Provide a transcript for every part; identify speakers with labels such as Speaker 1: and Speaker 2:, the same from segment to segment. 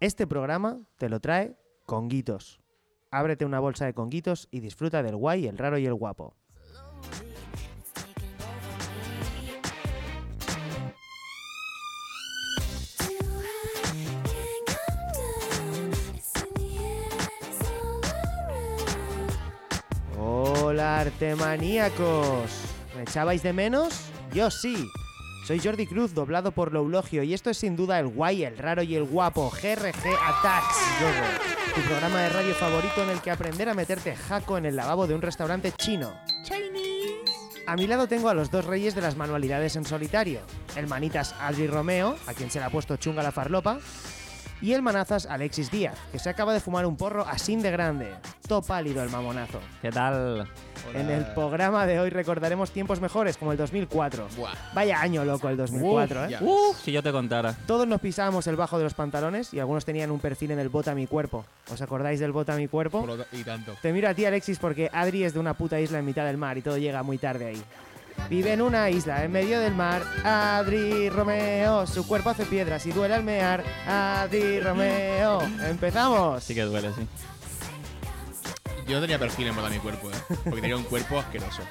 Speaker 1: Este programa te lo trae Conguitos. Ábrete una bolsa de conguitos y disfruta del guay, el raro y el guapo. Hola, artemaníacos. ¿Me echabais de menos? Yo sí. Soy Jordi Cruz, doblado por Loulogio, y esto es sin duda el guay, el raro y el guapo, GRG Attacks, Yogo, tu programa de radio favorito en el que aprender a meterte jaco en el lavabo de un restaurante chino. A mi lado tengo a los dos reyes de las manualidades en solitario, el manitas Adri Romeo, a quien se le ha puesto chunga la farlopa, y el manazas Alexis Díaz, que se acaba de fumar un porro así de grande, todo pálido el mamonazo.
Speaker 2: ¿Qué tal?
Speaker 1: En el programa de hoy recordaremos tiempos mejores, como el 2004.
Speaker 3: Buah.
Speaker 1: Vaya año loco el 2004, ¿eh?
Speaker 3: ya.
Speaker 2: Uf, si yo te contara.
Speaker 1: Todos nos pisábamos el bajo de los pantalones y algunos tenían un perfil en el bota a mi cuerpo. ¿Os acordáis del bota a mi cuerpo?
Speaker 3: Por lo ta- y tanto.
Speaker 1: Te miro a ti, Alexis, porque Adri es de una puta isla en mitad del mar y todo llega muy tarde ahí. Vive en una isla en medio del mar. Adri Romeo, su cuerpo hace piedras y duele al mear. Adri Romeo, empezamos.
Speaker 2: Sí que duele, sí.
Speaker 3: Yo no tenía perfil en verdad mi cuerpo, ¿eh? Porque tenía un cuerpo asqueroso.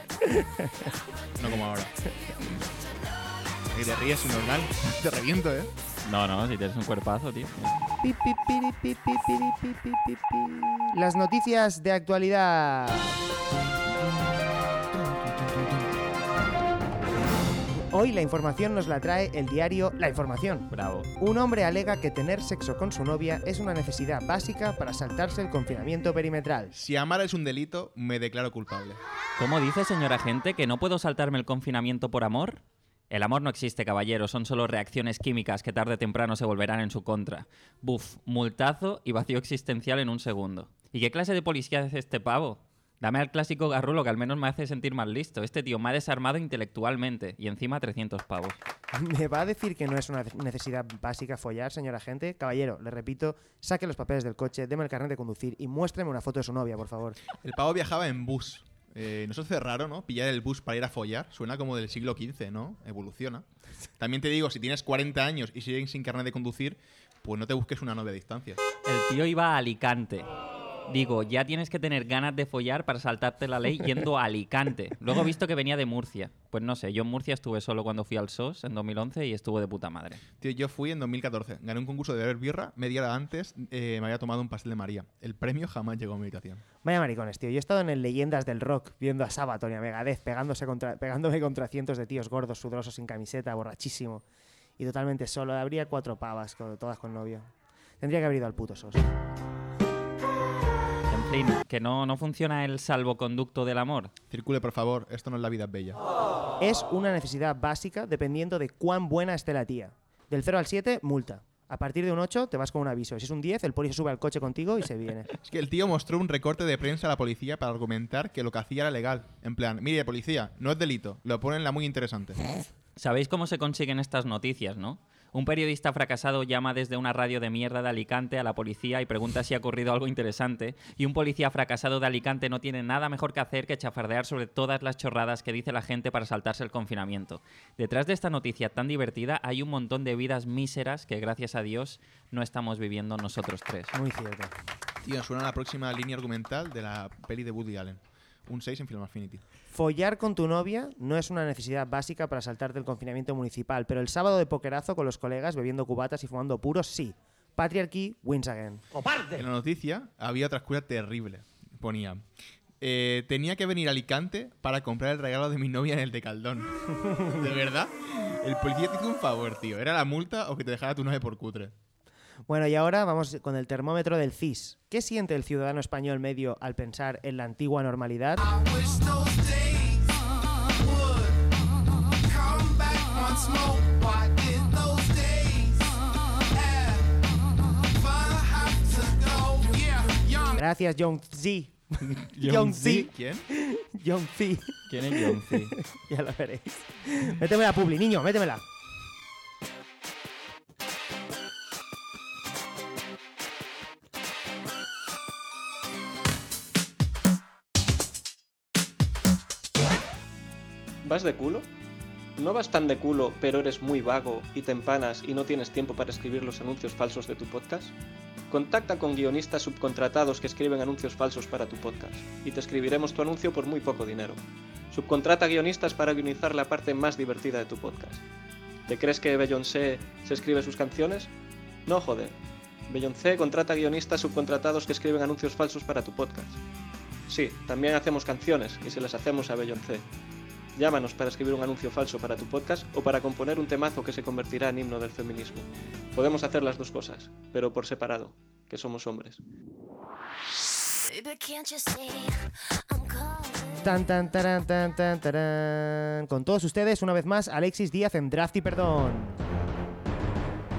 Speaker 3: No como ahora. Y te ríes normal. Te reviento, ¿eh?
Speaker 2: No, no, si tienes un cuerpazo, tío.
Speaker 1: Pi, pi, piri, pi, pi, piri, pi, pi, pi, pi. Las noticias de actualidad. Hoy la información nos la trae el diario La Información.
Speaker 2: Bravo.
Speaker 1: Un hombre alega que tener sexo con su novia es una necesidad básica para saltarse el confinamiento perimetral.
Speaker 3: Si amar es un delito, me declaro culpable.
Speaker 2: ¿Cómo dice, señora gente, que no puedo saltarme el confinamiento por amor? El amor no existe, caballero, son solo reacciones químicas que tarde o temprano se volverán en su contra. Buf, multazo y vacío existencial en un segundo. ¿Y qué clase de policía es este pavo? Dame al clásico garrulo que al menos me hace sentir más listo. Este tío me ha desarmado intelectualmente y encima 300 pavos.
Speaker 1: ¿Me va a decir que no es una necesidad básica follar, señora gente? Caballero, le repito, saque los papeles del coche, deme el carnet de conducir y muéstreme una foto de su novia, por favor.
Speaker 3: El pavo viajaba en bus. Eh, nos hace raro, ¿no? Pillar el bus para ir a follar. Suena como del siglo XV, ¿no? Evoluciona. También te digo, si tienes 40 años y sigues sin carnet de conducir, pues no te busques una novia a distancia.
Speaker 2: El tío iba a Alicante. Digo, ya tienes que tener ganas de follar para saltarte la ley yendo a Alicante. Luego he visto que venía de Murcia. Pues no sé, yo en Murcia estuve solo cuando fui al SOS en 2011 y estuvo de puta madre.
Speaker 3: Tío, yo fui en 2014. Gané un concurso de beber birra. Media hora antes eh, me había tomado un pastel de María. El premio jamás llegó a mi habitación.
Speaker 1: Vaya maricones, tío. Yo he estado en el Leyendas del Rock viendo a Sabaton y a Megadeth pegándose contra, pegándome contra cientos de tíos gordos, sudorosos, sin camiseta, borrachísimo y totalmente solo. Habría cuatro pavas, con- todas con novio. Tendría que haber ido al puto sos.
Speaker 2: En fin, que no, no funciona el salvoconducto del amor.
Speaker 3: Circule, por favor. Esto no es la vida es bella.
Speaker 1: Es una necesidad básica dependiendo de cuán buena esté la tía. Del 0 al 7, multa. A partir de un 8 te vas con un aviso. Si es un 10, el poli se sube al coche contigo y se viene.
Speaker 3: Es que el tío mostró un recorte de prensa a la policía para argumentar que lo que hacía era legal. En plan, mire, policía, no es delito. Lo ponen en la muy interesante.
Speaker 2: Sabéis cómo se consiguen estas noticias, ¿no? Un periodista fracasado llama desde una radio de mierda de Alicante a la policía y pregunta si ha ocurrido algo interesante, y un policía fracasado de Alicante no tiene nada mejor que hacer que chafardear sobre todas las chorradas que dice la gente para saltarse el confinamiento. Detrás de esta noticia tan divertida hay un montón de vidas míseras que gracias a Dios no estamos viviendo nosotros tres.
Speaker 1: Muy cierto.
Speaker 3: Tío, suena la próxima línea argumental de la peli de Woody Allen. Un 6 en Film Affinity.
Speaker 1: Follar con tu novia no es una necesidad básica para saltarte el confinamiento municipal, pero el sábado de pokerazo con los colegas bebiendo cubatas y fumando puros, sí. Patriarchy wins again.
Speaker 3: En la noticia había otra excusa terrible. Ponía, eh, tenía que venir a Alicante para comprar el regalo de mi novia en el Decaldón. ¿De verdad? El policía te hizo un favor, tío. ¿Era la multa o que te dejara tu novia por cutre?
Speaker 1: Bueno, y ahora vamos con el termómetro del CIS. ¿Qué siente el ciudadano español medio al pensar en la antigua normalidad? Gracias, John Z. John Z.
Speaker 3: ¿Quién?
Speaker 1: John Z.
Speaker 2: ¿Quién es Yonzi?
Speaker 1: Ya lo veréis. Métemela, Publi, niño, métemela.
Speaker 4: ¿Vas de culo? ¿No vas tan de culo, pero eres muy vago y te empanas y no tienes tiempo para escribir los anuncios falsos de tu podcast? Contacta con guionistas subcontratados que escriben anuncios falsos para tu podcast y te escribiremos tu anuncio por muy poco dinero. Subcontrata guionistas para guionizar la parte más divertida de tu podcast. ¿Te crees que Beyoncé se escribe sus canciones? No joder. Beyoncé contrata guionistas subcontratados que escriben anuncios falsos para tu podcast. Sí, también hacemos canciones y se las hacemos a Beyoncé. Llámanos para escribir un anuncio falso para tu podcast o para componer un temazo que se convertirá en himno del feminismo. Podemos hacer las dos cosas, pero por separado, que somos hombres.
Speaker 5: Baby, can't you see I'm calling?
Speaker 1: Tan, tan, tarán, tan, tan, tarán. Con todos ustedes, una vez más, Alexis Díaz en Draft y Perdón.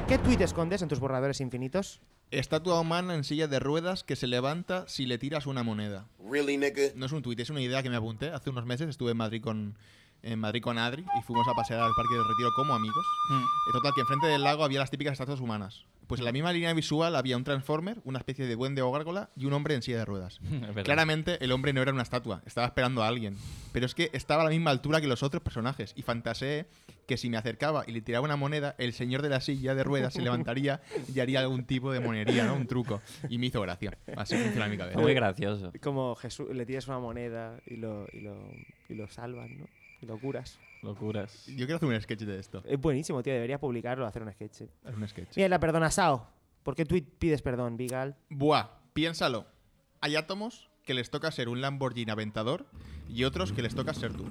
Speaker 1: ¿Qué tweet escondes en tus borradores infinitos?
Speaker 3: Estatua humana en silla de ruedas que se levanta si le tiras una moneda.
Speaker 6: Really, nigga?
Speaker 3: No es un tuit, es una idea que me apunté. Hace unos meses estuve en Madrid con, en Madrid con Adri y fuimos a pasear al Parque del Retiro como amigos.
Speaker 2: Mm.
Speaker 3: Eh, Total, que enfrente del lago había las típicas estatuas humanas. Pues en la misma línea visual había un Transformer, una especie de duende o gárgola y un hombre en silla de ruedas.
Speaker 2: Es verdad.
Speaker 3: Claramente el hombre no era una estatua, estaba esperando a alguien. Pero es que estaba a la misma altura que los otros personajes y fantaseé que si me acercaba y le tiraba una moneda, el señor de la silla de ruedas se levantaría y haría algún tipo de monería, ¿no? Un truco. Y me hizo gracia. Así funciona en mi cabeza.
Speaker 2: Muy gracioso.
Speaker 1: Como Jesús, le tiras una moneda y lo, y lo, y lo salvan, ¿no? Y lo curas.
Speaker 2: Locuras.
Speaker 3: Yo quiero hacer un sketch de esto.
Speaker 1: Es buenísimo, tío. Deberías publicarlo, hacer un sketch.
Speaker 3: Haz un sketch.
Speaker 1: Mira, la perdona, Sao. ¿Por qué tweet pides perdón, Vigal?
Speaker 3: Buah, piénsalo. Hay átomos que les toca ser un Lamborghini Aventador y otros que les toca ser tú.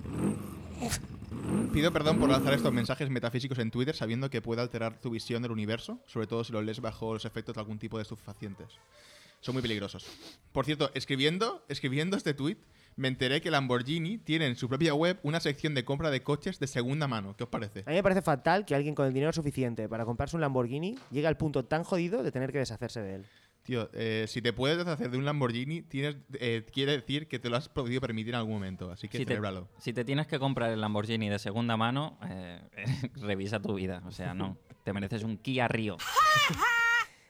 Speaker 3: Pido perdón por lanzar estos mensajes metafísicos en Twitter sabiendo que puede alterar tu visión del universo, sobre todo si lo lees bajo los efectos de algún tipo de estupefacientes. Son muy peligrosos. Por cierto, escribiendo, escribiendo este tweet, me enteré que Lamborghini tiene en su propia web una sección de compra de coches de segunda mano. ¿Qué os parece?
Speaker 1: A mí me parece fatal que alguien con el dinero suficiente para comprarse un Lamborghini llegue al punto tan jodido de tener que deshacerse de él.
Speaker 3: Tío, eh, si te puedes deshacer de un Lamborghini, tienes, eh, quiere decir que te lo has podido permitir en algún momento, así que
Speaker 2: Si te,
Speaker 3: celébralo.
Speaker 2: si te tienes que comprar el Lamborghini de segunda mano, eh, revisa tu vida. O sea, no. Te mereces un Kia Río.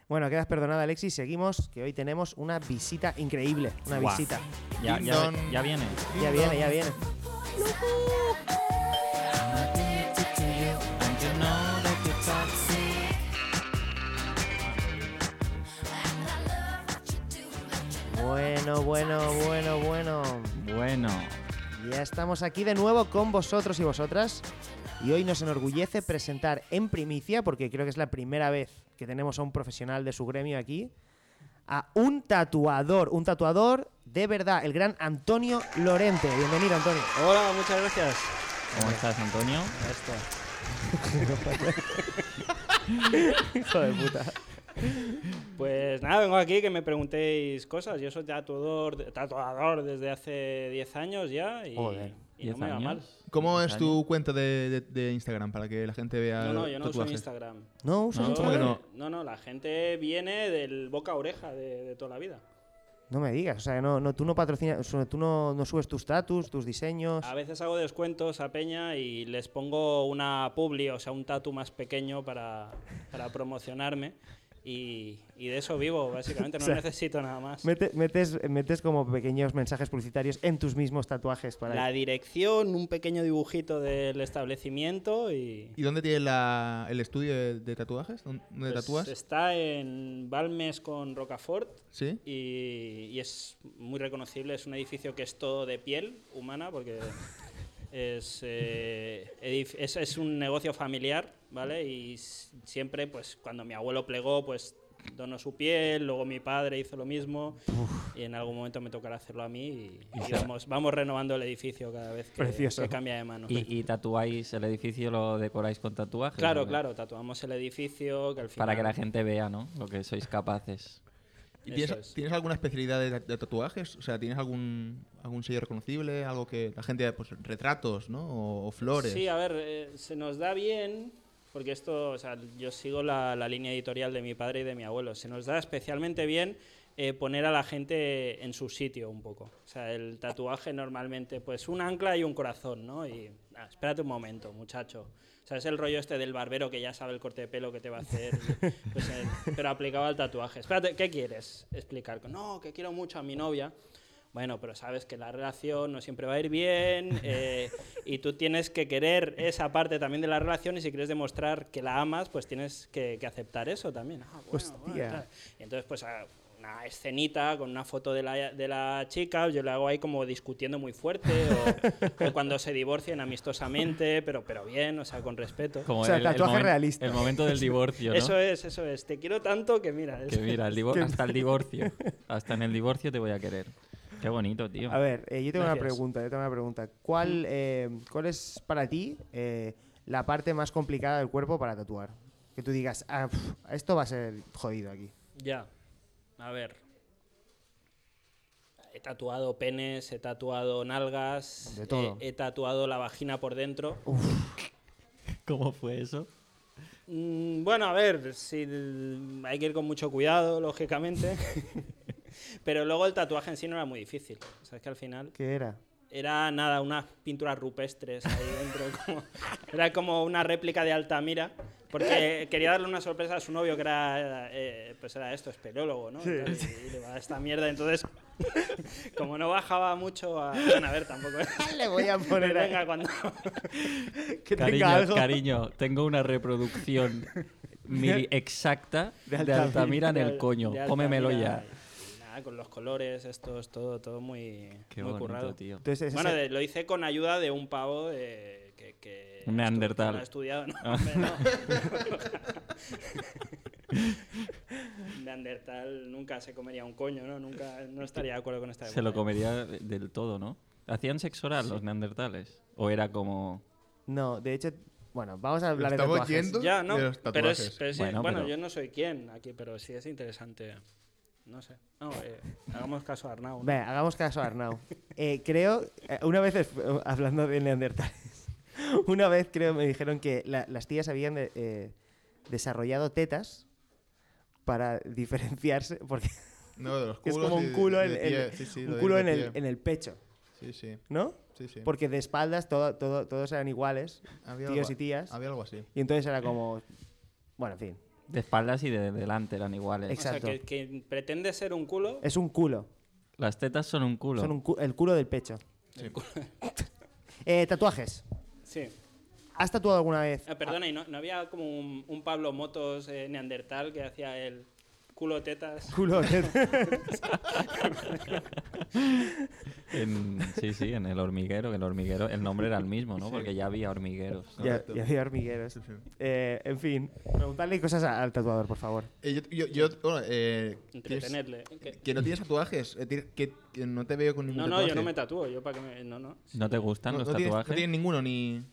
Speaker 1: Bueno, quedas perdonada, Alexis. Seguimos, que hoy tenemos una visita increíble. Una
Speaker 2: Guau.
Speaker 1: visita.
Speaker 2: Ya,
Speaker 3: Ding
Speaker 2: ya,
Speaker 3: dong.
Speaker 2: ya viene.
Speaker 1: Ya viene, ya viene. Bueno, bueno, bueno, bueno.
Speaker 2: Bueno.
Speaker 1: Ya estamos aquí de nuevo con vosotros y vosotras. Y hoy nos enorgullece presentar en primicia, porque creo que es la primera vez que tenemos a un profesional de su gremio aquí, a un tatuador, un tatuador de verdad, el gran Antonio Lorente. Bienvenido, Antonio.
Speaker 7: Hola, muchas gracias.
Speaker 2: ¿Cómo estás, Antonio?
Speaker 1: Hijo de puta.
Speaker 7: Pues nada, vengo aquí que me preguntéis cosas. Yo soy tatuador, tatuador desde hace 10 años ya y,
Speaker 1: Joder,
Speaker 7: y no
Speaker 2: 10
Speaker 7: me va
Speaker 2: años.
Speaker 7: mal.
Speaker 3: ¿Cómo es
Speaker 2: años.
Speaker 3: tu cuenta de, de- de Instagram para que la gente vea?
Speaker 7: No, no, yo no uso
Speaker 3: tatuajes?
Speaker 7: Instagram.
Speaker 1: No, usas
Speaker 7: Yo-
Speaker 3: ¿cómo que
Speaker 1: Instagram.
Speaker 3: no?
Speaker 7: no, no, la gente viene del boca a oreja de, de toda la vida.
Speaker 1: No me digas, o sea, no, no, tú no patrocinas, o sea, tú no, no subes tus status, tus diseños.
Speaker 7: A veces hago descuentos a Peña y les pongo una publi, o sea, un tatu más pequeño para, para promocionarme. Y, y de eso vivo, básicamente, no necesito nada más.
Speaker 1: Mete- metes, metes como pequeños mensajes publicitarios en tus mismos tatuajes para
Speaker 7: La dirección, un pequeño dibujito del establecimiento y...
Speaker 3: ¿Y dónde tienes la- el estudio de, de tatuajes? ¿Dónde
Speaker 7: Pues
Speaker 3: tatúas?
Speaker 7: Está en Balmes con Rocafort
Speaker 3: ¿Sí?
Speaker 7: y, y es muy reconocible. Es un edificio que es todo de piel humana porque es, eh, edif- es, es un negocio familiar, ¿vale? Y s- siempre, pues cuando mi abuelo plegó, pues donó su piel, luego mi padre hizo lo mismo y en algún momento me tocará hacerlo a mí y, y vamos, vamos renovando el edificio cada vez que,
Speaker 1: Precioso.
Speaker 7: que cambia de mano.
Speaker 2: ¿Y, y tatuáis el edificio, lo decoráis con tatuajes?
Speaker 7: Claro,
Speaker 2: ¿O qué?
Speaker 7: claro, tatuamos el edificio que al final...
Speaker 2: Para que la gente vea, ¿no? Lo que sois capaces.
Speaker 3: ¿Y
Speaker 7: eso
Speaker 3: tienes,
Speaker 7: es.
Speaker 3: tienes alguna especialidad de, de tatuajes? O sea, ¿tienes algún, algún sello reconocible? ¿Algo que la gente... Pues retratos, ¿no? O, o flores.
Speaker 1: ah,
Speaker 7: Sí, a ver, eh, se nos da bien, porque esto, o sea, yo sigo la, la línea editorial de mi padre y de mi abuelo. Se nos da especialmente bien eh, poner a la gente en su sitio un poco. O sea, el tatuaje normalmente, pues un ancla y un corazón, ¿no? Y ah, espérate un momento, muchacho. O sea, es el rollo este del barbero que ya sabe el corte de pelo que te va a hacer, y- pues, eh, pero aplicado al tatuaje. Espérate, ¿qué quieres explicar? No, que quiero mucho a mi novia. Bueno, pero sabes que la relación no siempre va a ir bien eh, y tú tienes que querer esa parte también de la relación y si quieres demostrar que la amas, pues tienes que, que aceptar eso también. Ah, bueno, bueno,
Speaker 1: Hostia.
Speaker 7: tal. Y entonces, pues a- una escenita con una foto de la, de la chica, yo la hago ahí como discutiendo muy fuerte o, o cuando se divorcien amistosamente, pero, pero bien, o sea, con respeto.
Speaker 2: Como
Speaker 1: O sea, tatuaje
Speaker 2: momen-
Speaker 1: realista.
Speaker 2: El momento del divorcio, ¿no?
Speaker 7: Eso es, eso es. Te quiero tanto que mira. es-
Speaker 2: Que mira, el divor- hasta el divorcio. Hasta en el divorcio te voy a querer. Qué bonito, tío.
Speaker 1: A ver, eh, yo tengo una
Speaker 7: Gracias.
Speaker 1: pregunta, yo tengo una pregunta. ¿Cuál, eh, ¿cuál es para ti eh, la parte más complicada del cuerpo para tatuar? Que tú digas, "Ah, pf, esto va a ser jodido aquí.
Speaker 7: Ya. A ver. He tatuado penes, he tatuado nalgas,
Speaker 1: De todo.
Speaker 7: He, he tatuado la vagina por dentro.
Speaker 2: ¿Cómo fue eso?
Speaker 7: Mm, bueno, a ver, si el- hay que ir con mucho cuidado, lógicamente. Pero luego el tatuaje en sí no era muy difícil. O sea, es que al final
Speaker 1: ¿Qué era?
Speaker 7: era nada, unas pinturas rupestres ahí dentro. como- era como una réplica de Altamira. Porque quería darle una sorpresa a su novio, que era, eh, pues era esto, espeleólogo, ¿no? Entonces, y le va a esta mierda. Entonces, como no bajaba mucho a. Bueno, a ver, tampoco.
Speaker 1: Le voy a poner a-
Speaker 7: Venga, cuando.
Speaker 1: que tenga
Speaker 2: Cariño,
Speaker 1: algo.
Speaker 2: cariño, tengo una reproducción mili exacta de
Speaker 1: De
Speaker 2: Altamira,
Speaker 1: Altamira.
Speaker 2: en el
Speaker 7: de-
Speaker 2: coño.
Speaker 7: de Altamira
Speaker 2: Cómemelo ya.
Speaker 7: y Nada, con los colores, esto es todo, todo muy,
Speaker 2: Qué
Speaker 7: muy
Speaker 2: bonito,
Speaker 7: currado.
Speaker 2: tío.
Speaker 1: Entonces, ese-
Speaker 7: Bueno, de- lo hice con ayuda de un pavo de, que, que
Speaker 2: Un
Speaker 7: ha estu-
Speaker 2: neandertal.
Speaker 7: que ha estudiado, no, hombre, no. neandertal nunca se comería un coño, ¿no? Nunca, no estaría de acuerdo con esta.
Speaker 2: Se lo
Speaker 7: comería.
Speaker 2: comería de- del todo, ¿no? ¿Hacían sexo oral los neandertales? ¿O era como.?
Speaker 1: No, de hecho, bueno, vamos a hablar de
Speaker 3: Estamos
Speaker 1: tatuajes.
Speaker 3: yendo.
Speaker 7: Ya, no,
Speaker 3: de los
Speaker 7: pero es,
Speaker 3: tatuajes.
Speaker 7: pero es-
Speaker 2: Bueno,
Speaker 7: bueno,
Speaker 2: pero-
Speaker 7: yo no soy quién aquí, pero sí es interesante. No sé. No, eh, hagamos caso a Arnau. ¿no?
Speaker 1: Venga, hagamos caso a Arnau. Eh, creo, eh, una vez, es- hablando de neandertales, una vez creo me dijeron que la- las tías habían de- eh, desarrollado tetas para diferenciarse, porque
Speaker 3: No, de los
Speaker 1: es
Speaker 3: culos.
Speaker 1: como
Speaker 3: y
Speaker 1: un
Speaker 3: de-
Speaker 1: culo,
Speaker 3: de
Speaker 1: en, en-
Speaker 3: pie. Sí, sí,
Speaker 1: un
Speaker 3: lo de-
Speaker 1: culo
Speaker 3: de
Speaker 1: en, el,
Speaker 3: pie.
Speaker 1: en el pecho,
Speaker 3: Sí, sí.
Speaker 1: ¿no?
Speaker 3: sí, sí.
Speaker 1: Porque de espaldas todo, todo, todos eran iguales,
Speaker 3: Había
Speaker 1: tíos
Speaker 3: algo-
Speaker 1: y tías,
Speaker 3: Había algo así.
Speaker 1: y entonces era como, bueno, en fin,
Speaker 2: De espaldas y de delante eran iguales.
Speaker 7: O sea,
Speaker 1: exacto.
Speaker 7: que, que pretende ser un culo.
Speaker 1: es un culo,
Speaker 2: Las tetas son un culo.
Speaker 1: son un cu- el culo del pecho.
Speaker 3: Sí.
Speaker 1: Eh, tatuajes.
Speaker 7: Sí.
Speaker 1: ¿Has tatuado alguna vez?
Speaker 7: Ah, perdona, ¿y no, no había como un, un Pablo Motos eh, neandertal que hacía el culo tetas?
Speaker 1: Culo del-
Speaker 2: En- sí, sí, en el hormiguero. que El hormiguero, el nombre era el mismo, ¿no? Porque ya había hormigueros.
Speaker 1: ya,
Speaker 3: Correcto.
Speaker 1: ya había hormigueros.
Speaker 3: Sí, sí.
Speaker 1: Eh, en fin, preguntarle cosas a- al tatuador, por favor.
Speaker 3: Eh, yo, yo, yo, bueno, eh, tienes-
Speaker 7: Entretenerle. ¿Qué?
Speaker 3: Que no tienes tatuajes. eh, ti- Que, que no te veo con ningún
Speaker 7: No, no,
Speaker 3: tatuaje.
Speaker 7: yo no me tatúo, yo para que me... No, no.
Speaker 2: ¿No te gustan
Speaker 3: No-
Speaker 2: los
Speaker 3: no tienes-
Speaker 2: tatuajes?
Speaker 3: no tienes ninguno ni.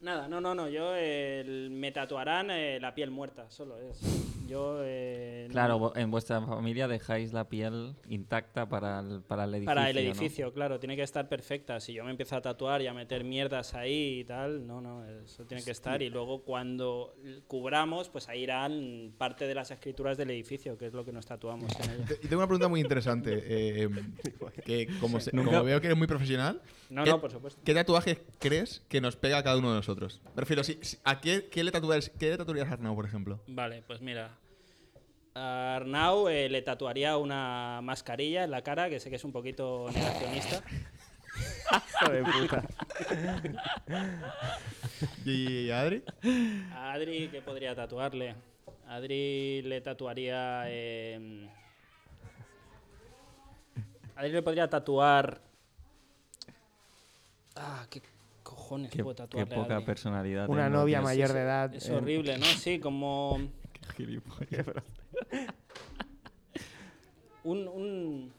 Speaker 7: Nada, no, no, no, yo eh, el- me tatuarán eh, la piel muerta, solo es. Yo... eh, no-
Speaker 2: Claro, vo- en vuestra familia dejáis la piel intacta para el, para el edificio.
Speaker 7: Para el
Speaker 2: ¿no?
Speaker 7: edificio, claro, tiene que estar perfecta. Si yo me empiezo a tatuar y a meter mierdas ahí y tal, no, no, eso tiene que estar. Y luego cuando l- cubramos, pues ahí irán parte de las escrituras del edificio, que es lo que nos tatuamos en ella.
Speaker 3: Te- Tengo una pregunta muy interesante. eh, em, que como, se-
Speaker 2: Nunca-
Speaker 3: como veo que eres muy profesional.
Speaker 7: No,
Speaker 3: ¿qué-
Speaker 7: no, por supuesto.
Speaker 3: ¿Qué tatuajes crees que nos pega a cada uno de nosotros? Me refiero, si- si- ¿a qué, qué le tatuarías, qué le tatuarías a Arnau, por ejemplo?
Speaker 7: Vale, pues mira. A Arnau eh, le tatuaría una mascarilla en la cara, que sé que es un poquito negacionista.
Speaker 1: Hijo de puta.
Speaker 3: ¿Y a Adri?
Speaker 7: A Adri, ¿qué podría tatuarle? A Adri le tatuaría. eh, a Adri le podría tatuar. Ah, qué cojones
Speaker 2: Qué,
Speaker 7: puedo
Speaker 2: qué
Speaker 7: tatuarle. a
Speaker 2: poca
Speaker 7: Adri?
Speaker 2: personalidad.
Speaker 1: Una
Speaker 2: eh, no
Speaker 1: novia
Speaker 2: tienes.
Speaker 1: mayor de edad.
Speaker 7: Es
Speaker 1: eh,
Speaker 7: horrible, ¿no? Sí, como. un, un,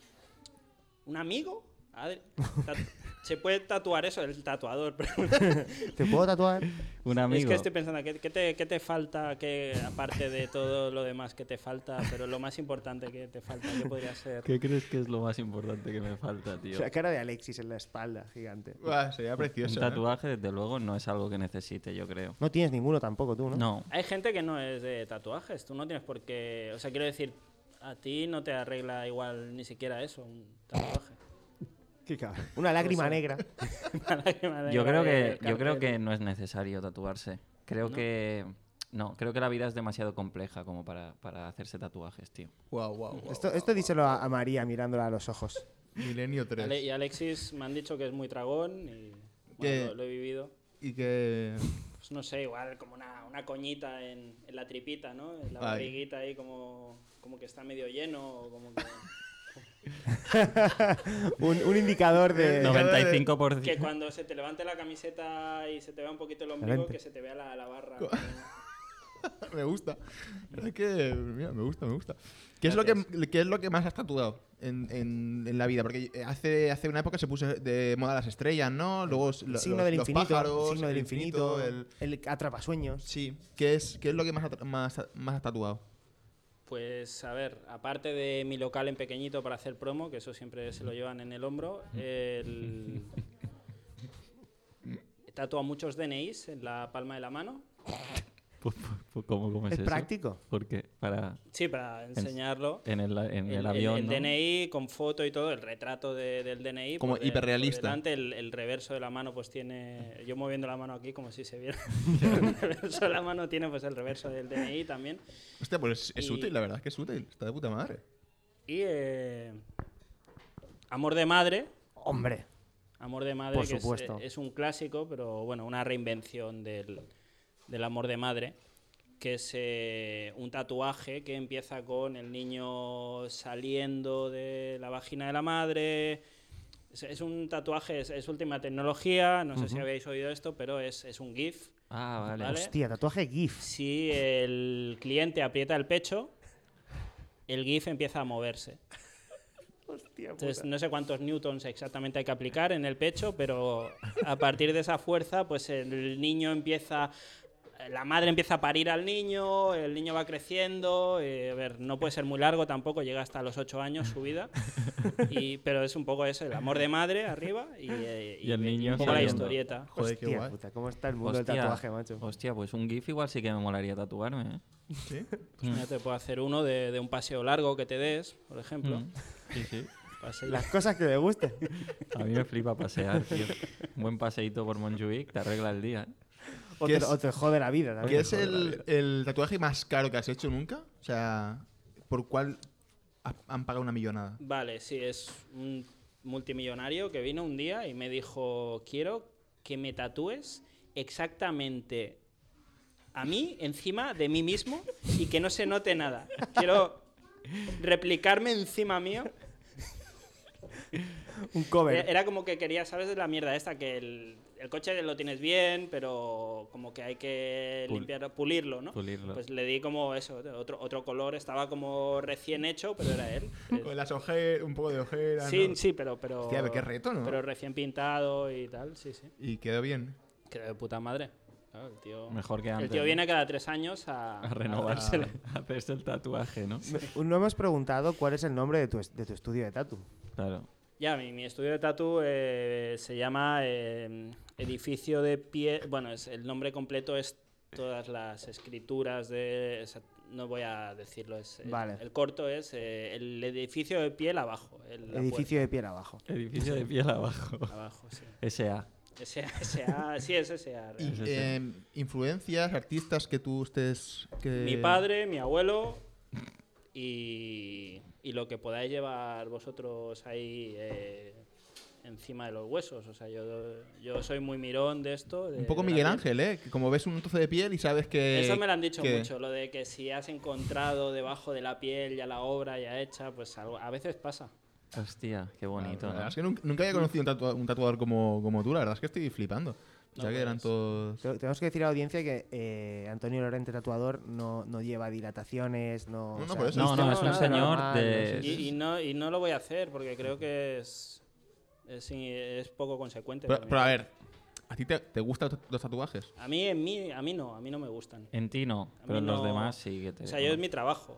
Speaker 7: un amigo. Adri, Tatu- se puede tatuar eso, el tatuador. pero-
Speaker 1: ¿Te puedo tatuar?
Speaker 2: Un amigo.
Speaker 7: Es que este estoy pensando, ¿qué, qué te, qué te falta? que aparte de todo lo demás que te falta, pero lo más importante que te falta, ¿qué podría ser?
Speaker 2: ¿Qué crees que es lo más importante que me falta, tío?
Speaker 1: La cara de Alexis en la espalda, gigante.
Speaker 3: Buah, sería
Speaker 2: Un
Speaker 3: precioso. ¿eh?
Speaker 2: tatuaje, desde luego, no es algo que necesite, yo creo.
Speaker 1: No tienes ninguno tampoco tú, ¿no?
Speaker 2: No.
Speaker 7: Hay gente que no es de tatuajes, tú no tienes por qué. O sea, quiero decir, a ti no te arregla igual ni siquiera eso, un tatuaje.
Speaker 1: Qué cabrón. Una lágrima negra.
Speaker 2: Yo creo que, yo creo que no es necesario tatuarse. Creo que. No, creo que la vida es demasiado compleja como para, para hacerse tatuajes, tío.
Speaker 3: Guau, guau, guau.
Speaker 1: Esto, esto díselo a, a María mirándola a los ojos.
Speaker 3: Milenio 3.
Speaker 7: Ale- y Alexis me han dicho que es muy tragón y
Speaker 3: Que-
Speaker 7: bueno, lo, lo he vivido.
Speaker 3: Y que.
Speaker 7: Pues no sé, igual como una, una coñita en, en la tripita, ¿no? En la
Speaker 3: Ay.
Speaker 7: barriguita ahí como, como que está medio lleno o como que...
Speaker 1: Un, un indicador de.
Speaker 3: No,
Speaker 2: 95%.
Speaker 7: Que cuando se te levante la camiseta y se te vea un poquito el ombligo,
Speaker 1: Adelante.
Speaker 7: que se te vea la, la barra.
Speaker 3: me gusta. La verdad Es que. Mira, me gusta, me gusta. ¿Qué es, lo que, qué es lo que más has tatuado en, en- en la vida? Porque hace, hace una época se puso de moda las estrellas, ¿no? Luego. s- lo-
Speaker 1: signo
Speaker 3: los,
Speaker 1: del
Speaker 3: los
Speaker 1: infinito.
Speaker 3: pájaros,
Speaker 1: signo
Speaker 3: el
Speaker 1: del infinito. El,
Speaker 3: el-
Speaker 1: atrapasueños.
Speaker 3: Sí. ¿Qué es, ¿Qué es lo que más, atra- más, más has tatuado?
Speaker 7: Pues a ver, aparte de mi local en pequeñito para hacer promo, que eso siempre se lo llevan en el hombro, el... he tatuado muchos DNIs en la palma de la mano.
Speaker 2: Pu- pu- pu- ¿Cómo, cómo es,
Speaker 1: Es
Speaker 2: Pues eso?
Speaker 1: práctico.
Speaker 2: Porque para
Speaker 7: Sí, para enseñarlo.
Speaker 2: en el, en el
Speaker 7: el,
Speaker 2: avión.
Speaker 7: el
Speaker 2: ¿no?
Speaker 7: DNI con foto y todo, el retrato de- del DNI.
Speaker 3: Como
Speaker 7: por pues, de-
Speaker 3: hiperrealista.
Speaker 7: por delante, el, el reverso de la mano, pues tiene. Yo moviendo la mano aquí como si se viera. el reverso de la mano tiene pues el reverso del DNI también.
Speaker 3: Hostia, pues es, es
Speaker 7: Y-
Speaker 3: útil, la verdad es que es útil. Está de puta madre.
Speaker 7: Y. eh, amor de madre.
Speaker 1: Hombre.
Speaker 7: Amor de madre,
Speaker 1: Por
Speaker 7: que es- eh,
Speaker 1: supuesto.
Speaker 7: Es, un clásico, pero bueno, una reinvención del, del amor de madre. Que es eh, un tatuaje que empieza con el niño saliendo de la vagina de la madre. Es, es un tatuaje, es, es última tecnología. No sé si habéis oído esto, pero es, es un GIF.
Speaker 2: Ah, vale.
Speaker 7: Vale.
Speaker 1: Hostia, tatuaje GIF.
Speaker 7: Si el cliente aprieta el pecho, el GIF empieza a moverse.
Speaker 1: Hostia,
Speaker 7: Entonces, no sé cuántos newtons exactamente hay que aplicar en el pecho, pero a partir de esa fuerza, pues el niño empieza. La madre empieza a parir al niño, el niño va creciendo. eh, a ver, no puede ser muy largo tampoco, llega hasta los 8 años su vida. Y, pero es un poco eso, el amor de madre arriba y, eh,
Speaker 2: Y el niño
Speaker 7: un poco la
Speaker 2: saliendo.
Speaker 7: historieta.
Speaker 3: Joder, qué guay.
Speaker 1: puta, ¿cómo está el mundo del tatuaje, macho?
Speaker 2: Hostia, pues un GIF igual sí que me molaría tatuarme. ¿eh?
Speaker 3: ¿Sí?
Speaker 7: Pues mira, te puedo hacer uno de, de un paseo largo que te des, por ejemplo.
Speaker 2: Mm. Sí, sí.
Speaker 7: Paseo.
Speaker 1: Las cosas que me gustan.
Speaker 2: A mí me flipa pasear, tío. Un buen paseíto por Montjuic, te arregla el día. ¿eh?
Speaker 1: O
Speaker 3: ¿Qué
Speaker 1: te,
Speaker 3: es-
Speaker 1: o te jode la vida también.
Speaker 3: ¿Qué es el, el tatuaje más caro que has hecho nunca? O sea, ¿por cuál ha- han pagado una millonada?
Speaker 7: Vale, sí, es un multimillonario que vino un día y me dijo, quiero que me tatúes exactamente a mí, encima de mí mismo, y que no se note nada. Quiero replicarme encima mío.
Speaker 1: Un cover.
Speaker 7: Era era como que quería, ¿sabes? De la mierda esta, que el, el coche lo tienes bien, pero como que hay que
Speaker 2: Pul-
Speaker 7: limpiar, pulirlo, ¿no?
Speaker 2: pulirlo.
Speaker 7: Pues le di como eso, otro, otro color, estaba como recién hecho, pero era él.
Speaker 3: Con las ojeras, un poco de ojeras.
Speaker 7: Sí,
Speaker 3: ¿no?
Speaker 7: sí, pero, pero.
Speaker 3: Hostia, pero qué reto, ¿no?
Speaker 7: Pero recién pintado y tal, sí, sí.
Speaker 3: Y quedó bien.
Speaker 7: Quedó de puta madre. Claro, el tío.
Speaker 2: Mejor que antes.
Speaker 7: el tío
Speaker 2: ¿no?
Speaker 7: viene cada tres años a,
Speaker 2: a renovar,
Speaker 7: hacérselo.
Speaker 2: a hacerse el tatuaje, ¿no?
Speaker 1: No hemos preguntado cuál es el nombre de tu, es- de tu estudio de tatu.
Speaker 2: Claro.
Speaker 7: Ya, mi, mi estudio de tatu eh, se llama eh, Edificio de Pie. Bueno, es, el nombre completo es todas las escrituras de. o sea, no voy a decirlo. Es, el-
Speaker 1: Vale.
Speaker 7: El, corto es eh, el edificio de piel abajo. el- la
Speaker 1: Edificio de piel abajo.
Speaker 2: Edificio de piel abajo.
Speaker 7: puerta Abajo, sí.
Speaker 2: S.A.
Speaker 7: S.A., S.A., sí, es S.A.
Speaker 3: Y,
Speaker 7: realmente.
Speaker 2: sí.
Speaker 3: eh, influencias, artistas que tú estés. Que...
Speaker 7: Mi padre, mi abuelo y, y lo que podáis llevar vosotros ahí eh, encima de los huesos. O sea, yo, yo soy muy mirón de esto. de-
Speaker 3: Un poco
Speaker 7: de la
Speaker 3: Miguel
Speaker 7: piel.
Speaker 3: Ángel, ¿eh? Que Como ves un trozo de piel y sabes que.
Speaker 7: Eso me lo han dicho
Speaker 3: que-
Speaker 7: mucho, lo de que si has encontrado debajo de la piel ya la obra ya hecha, pues algo- a veces pasa.
Speaker 2: Hostia, qué
Speaker 3: La
Speaker 7: Ah,
Speaker 2: bonito,
Speaker 3: verdad
Speaker 2: ¿no?
Speaker 3: Es que nunca, nunca había conocido un, tatua- un tatuador como, como tú, la verdad es que estoy flipando. O
Speaker 7: No,
Speaker 3: sea que
Speaker 7: pues-
Speaker 3: eran todos.
Speaker 1: Te- Tenemos que decir a la audiencia que eh, Antonio Lorente Tatuador no, no lleva dilataciones, no...
Speaker 3: No, no, por eso.
Speaker 2: No, no,
Speaker 7: No,
Speaker 2: es un
Speaker 7: no,
Speaker 2: señor
Speaker 1: normal,
Speaker 2: de...
Speaker 1: no
Speaker 7: Y, y no, y no lo voy a hacer porque creo que es, es, in- es poco consecuente.
Speaker 3: Pero,
Speaker 7: también.
Speaker 3: pero a ver, ¿a ti te, te gustan los tatuajes?
Speaker 7: a mí, en mí, a mí no, a mí no me gustan.
Speaker 2: En ti no,
Speaker 7: A mí
Speaker 2: pero en los
Speaker 7: no-
Speaker 2: demás sí que te...
Speaker 7: O sea, yo es mi trabajo.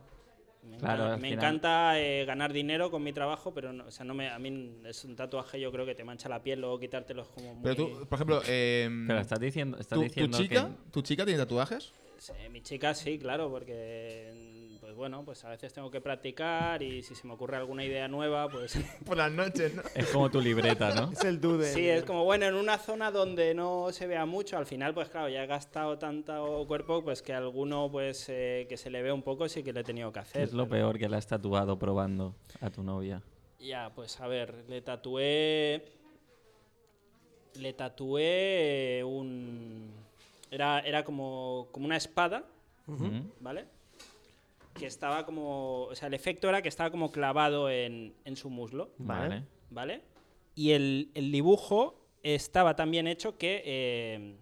Speaker 7: Me
Speaker 2: Claro,
Speaker 7: encanta,
Speaker 2: al
Speaker 7: me
Speaker 2: final-
Speaker 7: encanta, eh, ganar dinero con mi trabajo, pero no, o sea, no me, a mí es un tatuaje yo creo que te mancha la piel, luego quitártelos como muy...
Speaker 3: Pero tú, por ejemplo. eh,
Speaker 2: Pero estás diciendo, estás
Speaker 3: ¿tu, tu
Speaker 2: diciendo
Speaker 3: chica,
Speaker 2: que...
Speaker 3: ¿Tu chica tiene tatuajes?
Speaker 7: Eh, mi chica sí, claro, porque pues bueno, pues a veces tengo que practicar y si se me ocurre alguna idea nueva, pues...
Speaker 3: Por las noches, ¿no?
Speaker 2: Es como tu libreta, ¿no?
Speaker 1: Es el dude.
Speaker 7: Sí, es como bueno, en una zona donde no se vea mucho, al final, pues claro, ya he gastado tanto cuerpo, pues que alguno, pues eh, que se le ve un poco, sí que lo he tenido que
Speaker 2: ¿Qué
Speaker 7: hacer.
Speaker 2: es lo
Speaker 7: pero-
Speaker 2: peor que le has tatuado probando a tu novia?
Speaker 7: Ya, pues a ver, le tatué. Le tatué eh, un. Era, era como, como una espada,
Speaker 2: Mm.
Speaker 7: ¿vale? Que estaba como. O sea, el efecto era que estaba como clavado en, en su muslo,
Speaker 1: Vale.
Speaker 2: Vale.
Speaker 7: ¿vale? Y el, el dibujo estaba tan bien hecho que. eh,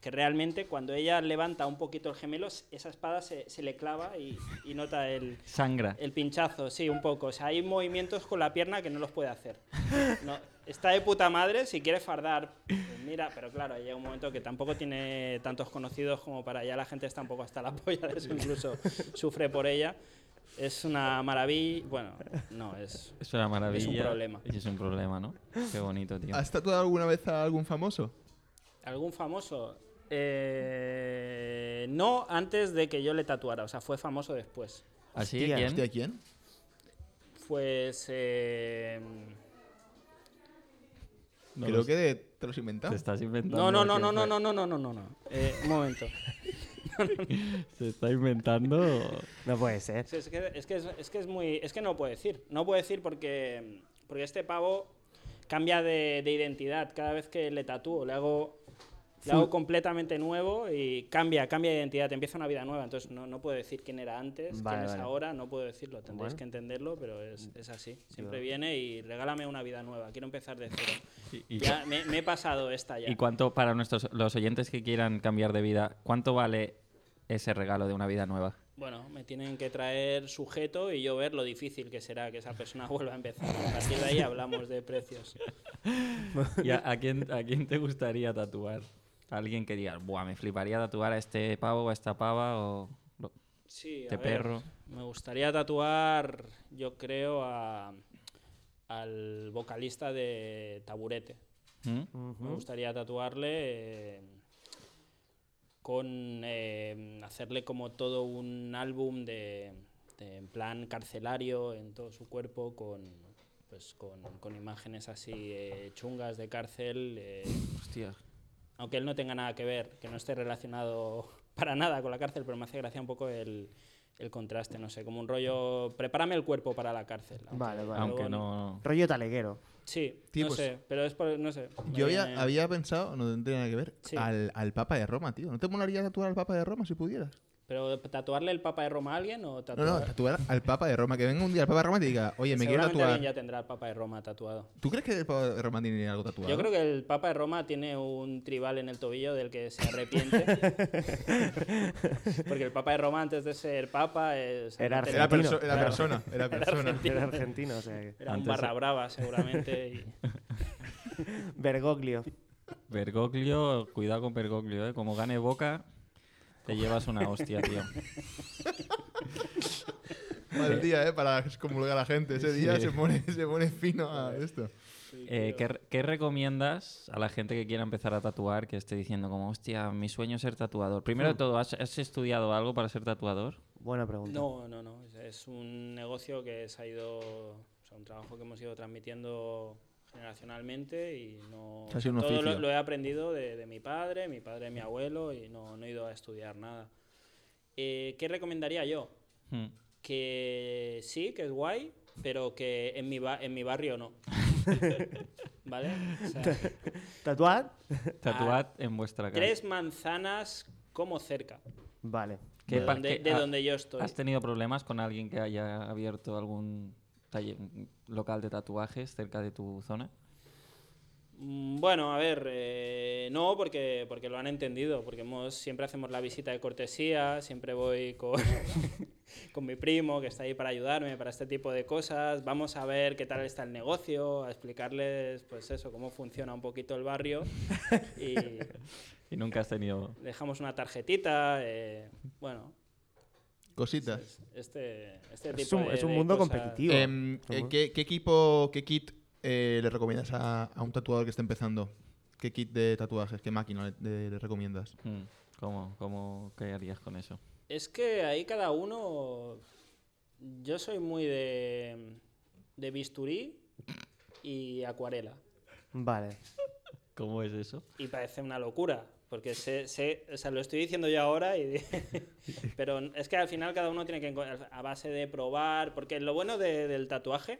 Speaker 7: que realmente cuando ella levanta un poquito el gemelo, esa espada se, se le clava y- y nota el,
Speaker 2: Sangra.
Speaker 7: el pinchazo, sí, un poco. O sea, hay movimientos con la pierna que no los puede hacer. No, está de puta madre, si quiere fardar, pues mira, pero claro, llega un momento que tampoco tiene tantos conocidos como para allá la gente está un poco hasta la polla de eso, incluso sufre por ella. Es una maravilla, bueno, no, es...
Speaker 2: Es una maravilla.
Speaker 7: problema.
Speaker 2: Y es un problema, ¿no? Qué bonito, tío.
Speaker 3: ¿Has tatuado alguna vez a algún famoso?
Speaker 7: ¿Algún famoso? Eh, no antes de que yo le tatuara, o sea, fue famoso después.
Speaker 2: ¿Así?
Speaker 1: Hostia,
Speaker 2: ¿Quién?
Speaker 3: ¿Hostia, quién?
Speaker 7: Pues... eh,
Speaker 2: No
Speaker 3: Creo
Speaker 2: lo
Speaker 3: que de- te los inventas.
Speaker 2: Te estás inventando.
Speaker 7: No, no, no,
Speaker 2: quién
Speaker 7: no, no,
Speaker 2: fue.
Speaker 7: no, no, no, no, no, no. Eh, un momento.
Speaker 2: Se está inventando.
Speaker 1: No puede ser.
Speaker 7: Sí, Es que es, que es, es que es muy. Es que no puedo decir. No puedo decir porque. Porque este pavo cambia de, de identidad cada vez que le tatúo. Le hago. Le hago completamente nuevo y cambia, cambia de identidad, empieza una vida nueva. Entonces no, no puedo decir quién era antes,
Speaker 1: Vale,
Speaker 7: quién es
Speaker 1: vale.
Speaker 7: ahora, no puedo decirlo, tendréis
Speaker 1: Bueno. Mm.
Speaker 7: que entenderlo, pero es, es así. Siempre viene y regálame una vida nueva, quiero empezar de cero.
Speaker 2: y-
Speaker 7: ya me, me he pasado esta ya.
Speaker 2: ¿Y cuánto, para nuestros los oyentes que quieran cambiar de vida, cuánto vale ese regalo de una vida nueva?
Speaker 7: Bueno, me tienen que traer sujeto y yo ver lo difícil que será que esa persona vuelva a empezar. A partir de ahí hablamos de precios.
Speaker 2: ¿Y a, a quién, a quién te gustaría tatuar? Alguien que diga, buah, me fliparía tatuar a este pavo, a esta pava o. lo-
Speaker 7: Sí, a
Speaker 2: Este
Speaker 7: ver,
Speaker 2: perro.
Speaker 7: Me gustaría tatuar, yo creo, a- al vocalista de Taburete.
Speaker 2: ¿Mm?
Speaker 7: Me gustaría tatuarle eh, con eh, hacerle como todo un álbum de, de en plan carcelario en todo su cuerpo con pues con, con imágenes así eh, chungas de cárcel eh,
Speaker 2: Hostia.
Speaker 7: aunque él no tenga nada que ver que no esté relacionado para nada con la cárcel pero me hace gracia un poco el, el contraste no sé como un rollo prepárame el cuerpo para la cárcel aunque-
Speaker 1: Vale, vale.
Speaker 7: luego
Speaker 2: Aunque no.
Speaker 1: Rollo taleguero.
Speaker 7: sí
Speaker 3: Tío,
Speaker 7: no
Speaker 3: pues-
Speaker 7: sé pero es por, no sé me
Speaker 3: Yo había,
Speaker 7: viene-
Speaker 3: había pensado, no tendría nada que ver,
Speaker 7: Sí.
Speaker 3: al, al Papa de Roma, tío. ¿No te molaría tatuar al Papa de Roma si pudieras?
Speaker 7: ¿Pero tatuarle el Papa de Roma a alguien o
Speaker 3: No,
Speaker 7: tatuar?
Speaker 3: no, tatuar al Papa de Roma. Que venga un día el Papa de Roma y te diga, oye, me quiero
Speaker 7: Seguramente
Speaker 3: tatuar.
Speaker 7: alguien ya tendrá el Papa de Roma tatuado.
Speaker 3: ¿Tú crees que el Papa de Roma tiene algo tatuado?
Speaker 7: Yo creo que el Papa de Roma tiene un tribal en el tobillo del que se arrepiente. Porque el Papa de Roma, antes de ser Papa, es-
Speaker 1: Era
Speaker 7: no tenía-
Speaker 3: Era, perso- era
Speaker 1: Argentino.
Speaker 7: Claro.
Speaker 3: persona, era persona.
Speaker 1: Era argentino, o sea que-
Speaker 7: era un
Speaker 2: Antes-
Speaker 7: barra brava, seguramente. y-
Speaker 1: Bergoglio.
Speaker 2: Bergoglio, cuidado con Bergoglio, ¿eh? Como gane boca, te llevas una hostia, tío.
Speaker 3: Mal día, ¿eh? Para excomulgar a la gente. Ese día
Speaker 2: Sí.
Speaker 3: se, pone, se pone fino a esto.
Speaker 2: Eh, ¿qué, re- qué recomiendas a la gente que quiera empezar a tatuar que esté diciendo como, hostia, mi sueño es ser tatuador? Primero de todo, ¿has, has estudiado algo para ser tatuador?
Speaker 1: Buena pregunta.
Speaker 7: No, no, no. es- Es un negocio que se ha ido. O sea, un trabajo que hemos ido transmitiendo generacionalmente y no.
Speaker 3: Ha sido un
Speaker 7: todo lo,
Speaker 3: oficio.
Speaker 7: lo he aprendido de, de mi padre, mi padre, de mi abuelo y no, no he ido a estudiar nada. Eh, ¿Qué recomendaría yo?
Speaker 2: Hmm.
Speaker 7: Que sí, que es guay, pero que en mi, ba- en mi barrio no. ¿Vale? O sea,
Speaker 1: ¿Tatuar?
Speaker 2: Ah. Tatuad en vuestra cara.
Speaker 7: tres manzanas como cerca.
Speaker 1: Vale.
Speaker 2: ¿Qué
Speaker 7: de
Speaker 2: pa-
Speaker 7: donde,
Speaker 2: qué-
Speaker 7: de
Speaker 2: ha-
Speaker 7: donde yo estoy.
Speaker 2: ¿Has tenido problemas con alguien que haya abierto algún taller, mm, local de tatuajes cerca de tu zona?
Speaker 7: Mm, Bueno, a ver, eh, no, porque, porque lo han entendido, porque hemos, siempre hacemos la visita de cortesía, siempre voy con, con mi primo que está ahí para ayudarme, para este tipo de cosas, vamos a ver qué tal está el negocio, a explicarles, pues eso, cómo funciona un poquito el barrio y
Speaker 2: Y nunca has tenido...
Speaker 7: dejamos una tarjetita, eh, bueno,
Speaker 3: Cositas.
Speaker 7: este, este tipo
Speaker 1: Es un,
Speaker 7: de-
Speaker 1: es un
Speaker 7: de
Speaker 1: mundo
Speaker 7: cosas.
Speaker 1: competitivo.
Speaker 3: Em, eh, ¿qué, qué equipo, qué kit eh, le recomiendas a, a un tatuador que está empezando? ¿Qué kit de tatuajes, qué máquina le- le- le recomiendas?
Speaker 2: Hmm, ¿Cómo, cómo qué harías con eso?
Speaker 7: Es que ahí cada uno. Yo soy muy de. de bisturí y acuarela.
Speaker 1: Vale.
Speaker 2: ¿Cómo es eso?
Speaker 7: Y parece una locura. Porque sé, sé- o sea, lo estoy diciendo yo ahora, y pero es que al final cada uno tiene que encontrar a base de probar, porque lo bueno de- del tatuaje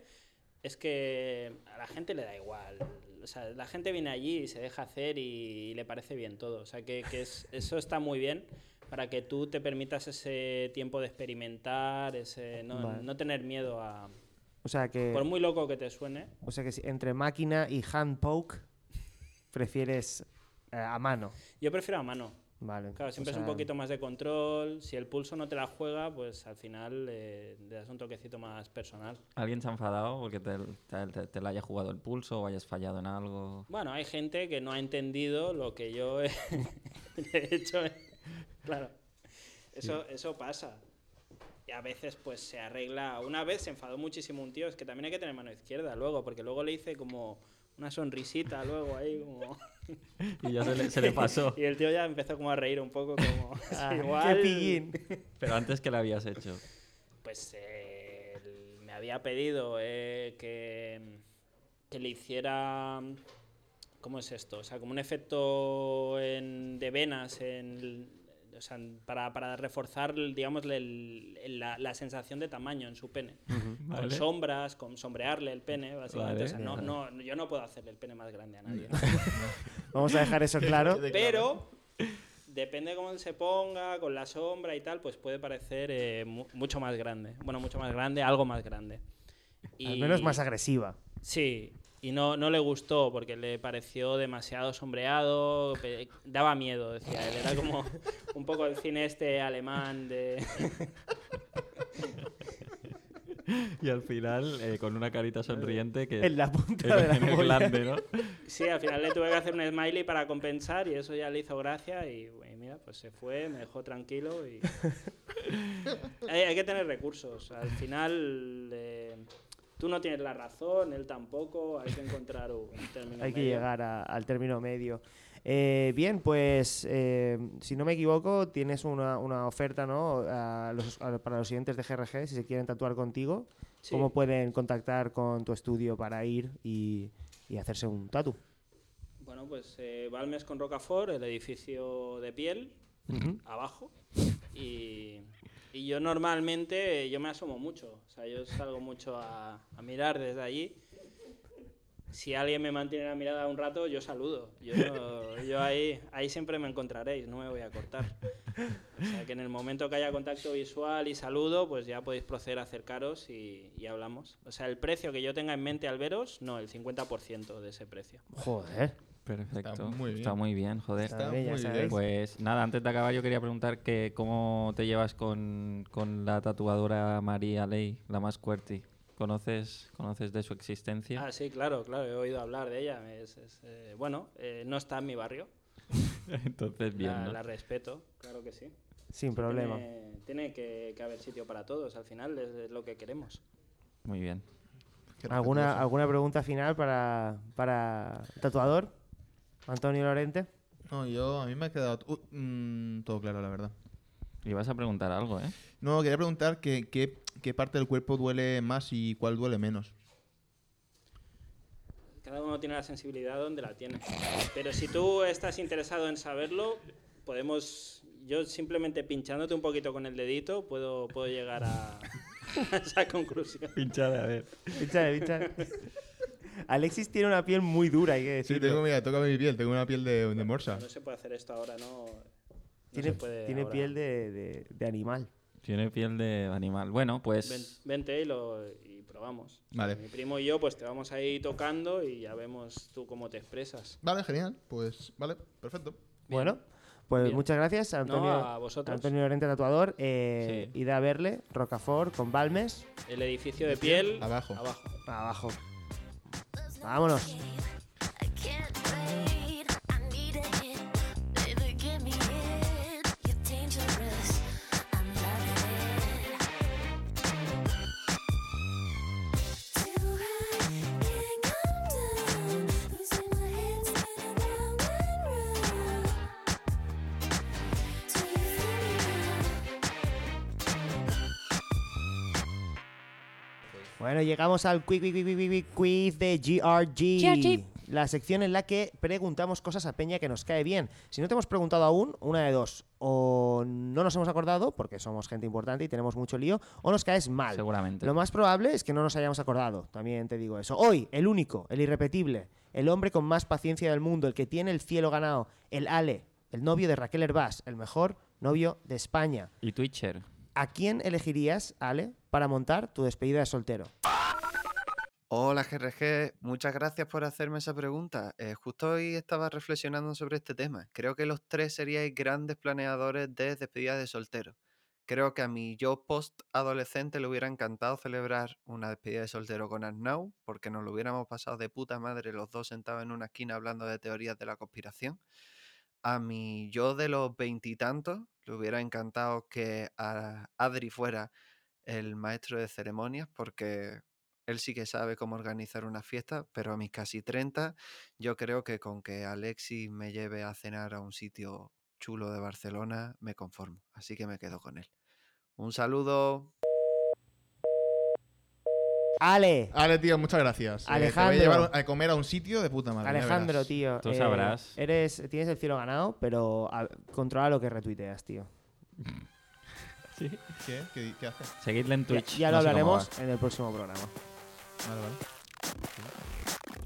Speaker 7: es que a la gente le da igual. O sea, la gente viene allí y se deja hacer y, le parece bien todo. O sea, que, que es- eso está muy bien para que tú te permitas ese tiempo de experimentar, ese, no,
Speaker 1: Vale. Eh.
Speaker 7: no tener miedo a...
Speaker 1: O sea que.
Speaker 7: Por muy loco que te suene,
Speaker 1: O sea que si- entre máquina y hand poke prefieres eh, a mano.
Speaker 7: yo prefiero a mano.
Speaker 1: Vale.
Speaker 7: Claro,
Speaker 1: o
Speaker 7: siempre es
Speaker 1: sea,
Speaker 7: un poquito más de control. Si el pulso no te la juega, pues al final eh, le das un toquecito más personal.
Speaker 2: ¿Alguien se ha enfadado porque te, te, te- te la haya jugado el pulso o hayas fallado en algo?
Speaker 7: Bueno, hay gente que no ha entendido lo que yo he, he hecho. Claro, eso, eso pasa. Y a veces pues se arregla. Una vez se enfadó muchísimo un tío, es que también hay que tener mano izquierda luego, porque luego le hice como una sonrisita luego ahí como...
Speaker 2: Y ya se le, se le pasó.
Speaker 7: Y el tío ya empezó como a reír un poco como...
Speaker 1: Ah,
Speaker 7: igual-
Speaker 1: ¡Qué pillín!
Speaker 2: Pero antes que la habías hecho.
Speaker 7: pues eh, el- me había pedido eh, que, que le hiciera. ¿Cómo es esto? O sea, como un efecto en- de venas en, el- o sea, en- para, para reforzar, digamos, el- el- la, la sensación de tamaño en su pene. Con
Speaker 2: Vale.
Speaker 7: sombras, con sombrearle el pene, básicamente.
Speaker 2: Vale.
Speaker 7: O sea, no, no- yo no puedo hacerle el pene más grande a nadie.
Speaker 1: Vamos a dejar eso claro.
Speaker 7: Pero depende de cómo se ponga, con la sombra y tal, pues puede parecer eh, mu- mucho más grande. Bueno, mucho más grande, algo más grande. Y,
Speaker 1: Al menos más agresiva.
Speaker 7: Sí, y no, no le gustó porque le pareció demasiado sombreado, pe- daba miedo, decía él. Era como un poco el cine este alemán de...
Speaker 2: Y al final, eh, con una carita sonriente que...
Speaker 1: En la punta
Speaker 2: en-
Speaker 1: de la
Speaker 2: en el
Speaker 1: polla.
Speaker 2: glande, ¿no?
Speaker 7: Sí, al final le tuve que hacer un smiley para compensar y eso ya le hizo gracia y, güey, mira, pues se fue, me dejó tranquilo y... hay, hay que tener recursos. Al final eh, tú no tienes la razón, él tampoco, hay que encontrar un término
Speaker 1: Hay que
Speaker 7: medio.
Speaker 1: llegar a- al término medio. Eh, bien, pues eh, si no me equivoco, tienes una, una oferta ¿no? A los- a- para los siguientes de GRG, si se quieren tatuar contigo,
Speaker 7: Sí.
Speaker 1: ¿cómo pueden contactar con tu estudio para ir y, y hacerse un tatu?
Speaker 7: Bueno, pues eh, Balmes con Rocafort, el edificio de piel, abajo. Y, y yo normalmente, eh, yo me asomo mucho, o sea, yo salgo mucho a, a mirar desde allí. Si alguien me mantiene la mirada un rato, yo saludo. Yo, yo ahí, ahí siempre me encontraréis, no me voy a cortar. O sea, que en el momento que haya contacto visual y saludo, pues ya podéis proceder a acercaros y, y hablamos. O sea, el precio que yo tenga en mente al veros, no, el 50% de ese precio.
Speaker 1: Joder.
Speaker 2: Perfecto.
Speaker 3: Está muy bien.
Speaker 2: Está muy bien, joder.
Speaker 1: Está bien, ya
Speaker 3: muy
Speaker 1: sabéis.
Speaker 3: bien.
Speaker 2: Pues nada, antes de acabar yo quería preguntar que cómo te llevas con, con la tatuadora María Ley, la más cuerti. ¿Conoces, ¿Conoces de su existencia?
Speaker 7: Ah, sí, claro, claro, he oído hablar de ella. Es- es, eh, bueno, eh, no está en mi barrio,
Speaker 2: Entonces, bien,
Speaker 7: la,
Speaker 2: ¿no?
Speaker 7: la respeto, claro que sí.
Speaker 1: Sin problema.
Speaker 7: Tiene, tiene que, que haber sitio para todos, al final es, es lo que queremos.
Speaker 2: Muy bien.
Speaker 1: ¿Alguna, ¿Alguna pregunta final para, para el tatuador? Antonio Lorente.
Speaker 3: No, yo a mí me ha quedado uh, mm, todo claro, la verdad.
Speaker 2: Y vas a preguntar algo, ¿eh?
Speaker 3: No, quería preguntar que- qué- qué parte del cuerpo duele más y cuál duele menos.
Speaker 7: Cada uno tiene la sensibilidad donde la tiene. Pero si tú estás interesado en saberlo, podemos... Yo simplemente pinchándote un poquito con el dedito puedo, puedo llegar a, a esa conclusión.
Speaker 2: Pinchada, a ver.
Speaker 1: Échale, échale. Alexis tiene una piel muy dura, hay que
Speaker 3: Sí,
Speaker 1: decirlo.
Speaker 3: tengo, mira, toca mi piel, tengo una piel de, de morsa.
Speaker 7: No se puede hacer esto ahora, ¿no? no
Speaker 1: tiene
Speaker 7: se puede
Speaker 1: tiene
Speaker 7: ahora.
Speaker 1: piel de, de- de animal.
Speaker 2: Tiene piel de animal. Bueno, pues...
Speaker 7: Ven- vente y, lo, y probamos.
Speaker 3: Vale.
Speaker 7: Mi primo y yo, pues te vamos a ir tocando y ya vemos tú cómo te expresas.
Speaker 3: Vale, genial. Pues, vale, perfecto.
Speaker 1: Bueno, pues
Speaker 7: Bien.
Speaker 1: muchas gracias, Antonio.
Speaker 7: a vosotros.
Speaker 1: Antonio Lorente, tatuador. Eh,
Speaker 2: Sí.
Speaker 1: Id a verle, Rocafort, con Balmes.
Speaker 7: El edificio de piel.
Speaker 3: Abajo.
Speaker 1: Abajo. Vámonos.
Speaker 5: I can't wait. I need a hit. Baby, give me it. You're dangerous. I'm loving it. Till I can't come down. Losing my head, spinning round and round. Till you feel me now.
Speaker 1: Bueno, llegamos al quiz, quiz, quiz, quiz, quiz de GRG. la sección en la que preguntamos cosas a Peña que nos cae bien. Si no te hemos preguntado aún, una de dos. O no nos hemos acordado, porque somos gente importante y tenemos mucho lío, o nos caes mal.
Speaker 2: Seguramente.
Speaker 1: Lo más probable es que no nos hayamos acordado, también te digo eso. Hoy, el único, el irrepetible, el hombre con más paciencia del mundo, el que tiene el cielo ganado, el Ale, el novio de Raquel Herbás, el mejor novio de España.
Speaker 2: Y Twitcher.
Speaker 1: ¿A quién elegirías, Ale, para montar tu despedida de soltero?
Speaker 6: Hola GRG, muchas gracias por hacerme esa pregunta. Eh, justo hoy estaba reflexionando sobre este tema. Creo que los tres seríais grandes planeadores de despedidas de soltero. Creo que a mi yo post adolescente le hubiera encantado celebrar una despedida de soltero con Arnau, porque nos lo hubiéramos pasado de puta madre los dos sentados en una esquina hablando de teorías de la conspiración. A mi yo de los veintitantos le hubiera encantado que a Adri fuera el maestro de ceremonias, porque él sí que sabe cómo organizar una fiesta, pero a mis casi 30, yo creo que con que Alexis me lleve a cenar a un sitio chulo de Barcelona, me conformo. Así que me quedo con él. Un saludo.
Speaker 1: Ale,
Speaker 3: Ale, tío, muchas gracias. Eh,
Speaker 1: Alejandro.
Speaker 3: te voy a llevar a comer a un sitio de puta madre. ya
Speaker 1: Alejandro,
Speaker 3: verás.
Speaker 1: tío. Eh,
Speaker 2: Tú sabrás.
Speaker 1: Eres, tienes el cielo ganado, pero a- controla lo que retuiteas, tío.
Speaker 3: ¿Qué? ¿Qué, di- qué haces?
Speaker 2: Seguidle en
Speaker 1: Ya,
Speaker 2: Twitch.
Speaker 1: ya lo
Speaker 2: no sé cómo
Speaker 1: hablaremos
Speaker 2: va.
Speaker 1: en el próximo programa.
Speaker 3: Vale, vale.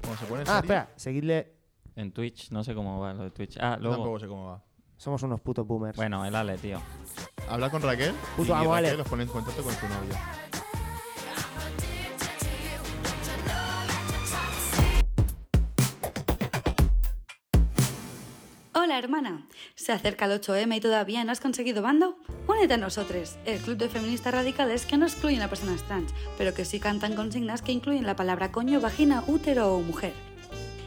Speaker 3: ¿Cómo se pone? en
Speaker 1: Ah,
Speaker 3: serio?
Speaker 1: espera, seguidle.
Speaker 2: En Twitch, no sé cómo va lo de Twitch. Ah,
Speaker 3: Yo
Speaker 2: luego.
Speaker 3: Tampoco sé cómo va.
Speaker 1: Somos unos putos boomers.
Speaker 2: Bueno, el Ale, tío.
Speaker 3: Habla con Raquel.
Speaker 1: Puto
Speaker 3: y
Speaker 1: amo,
Speaker 3: Raquel
Speaker 1: Ale.
Speaker 3: los pone en contacto con su novia.
Speaker 8: Hola hermana, se acerca el 8M y todavía no has conseguido bando. Únete a nosotros, el club de feministas radicales que no excluyen a personas trans, pero que sí cantan consignas que incluyen la palabra coño, vagina, útero o mujer.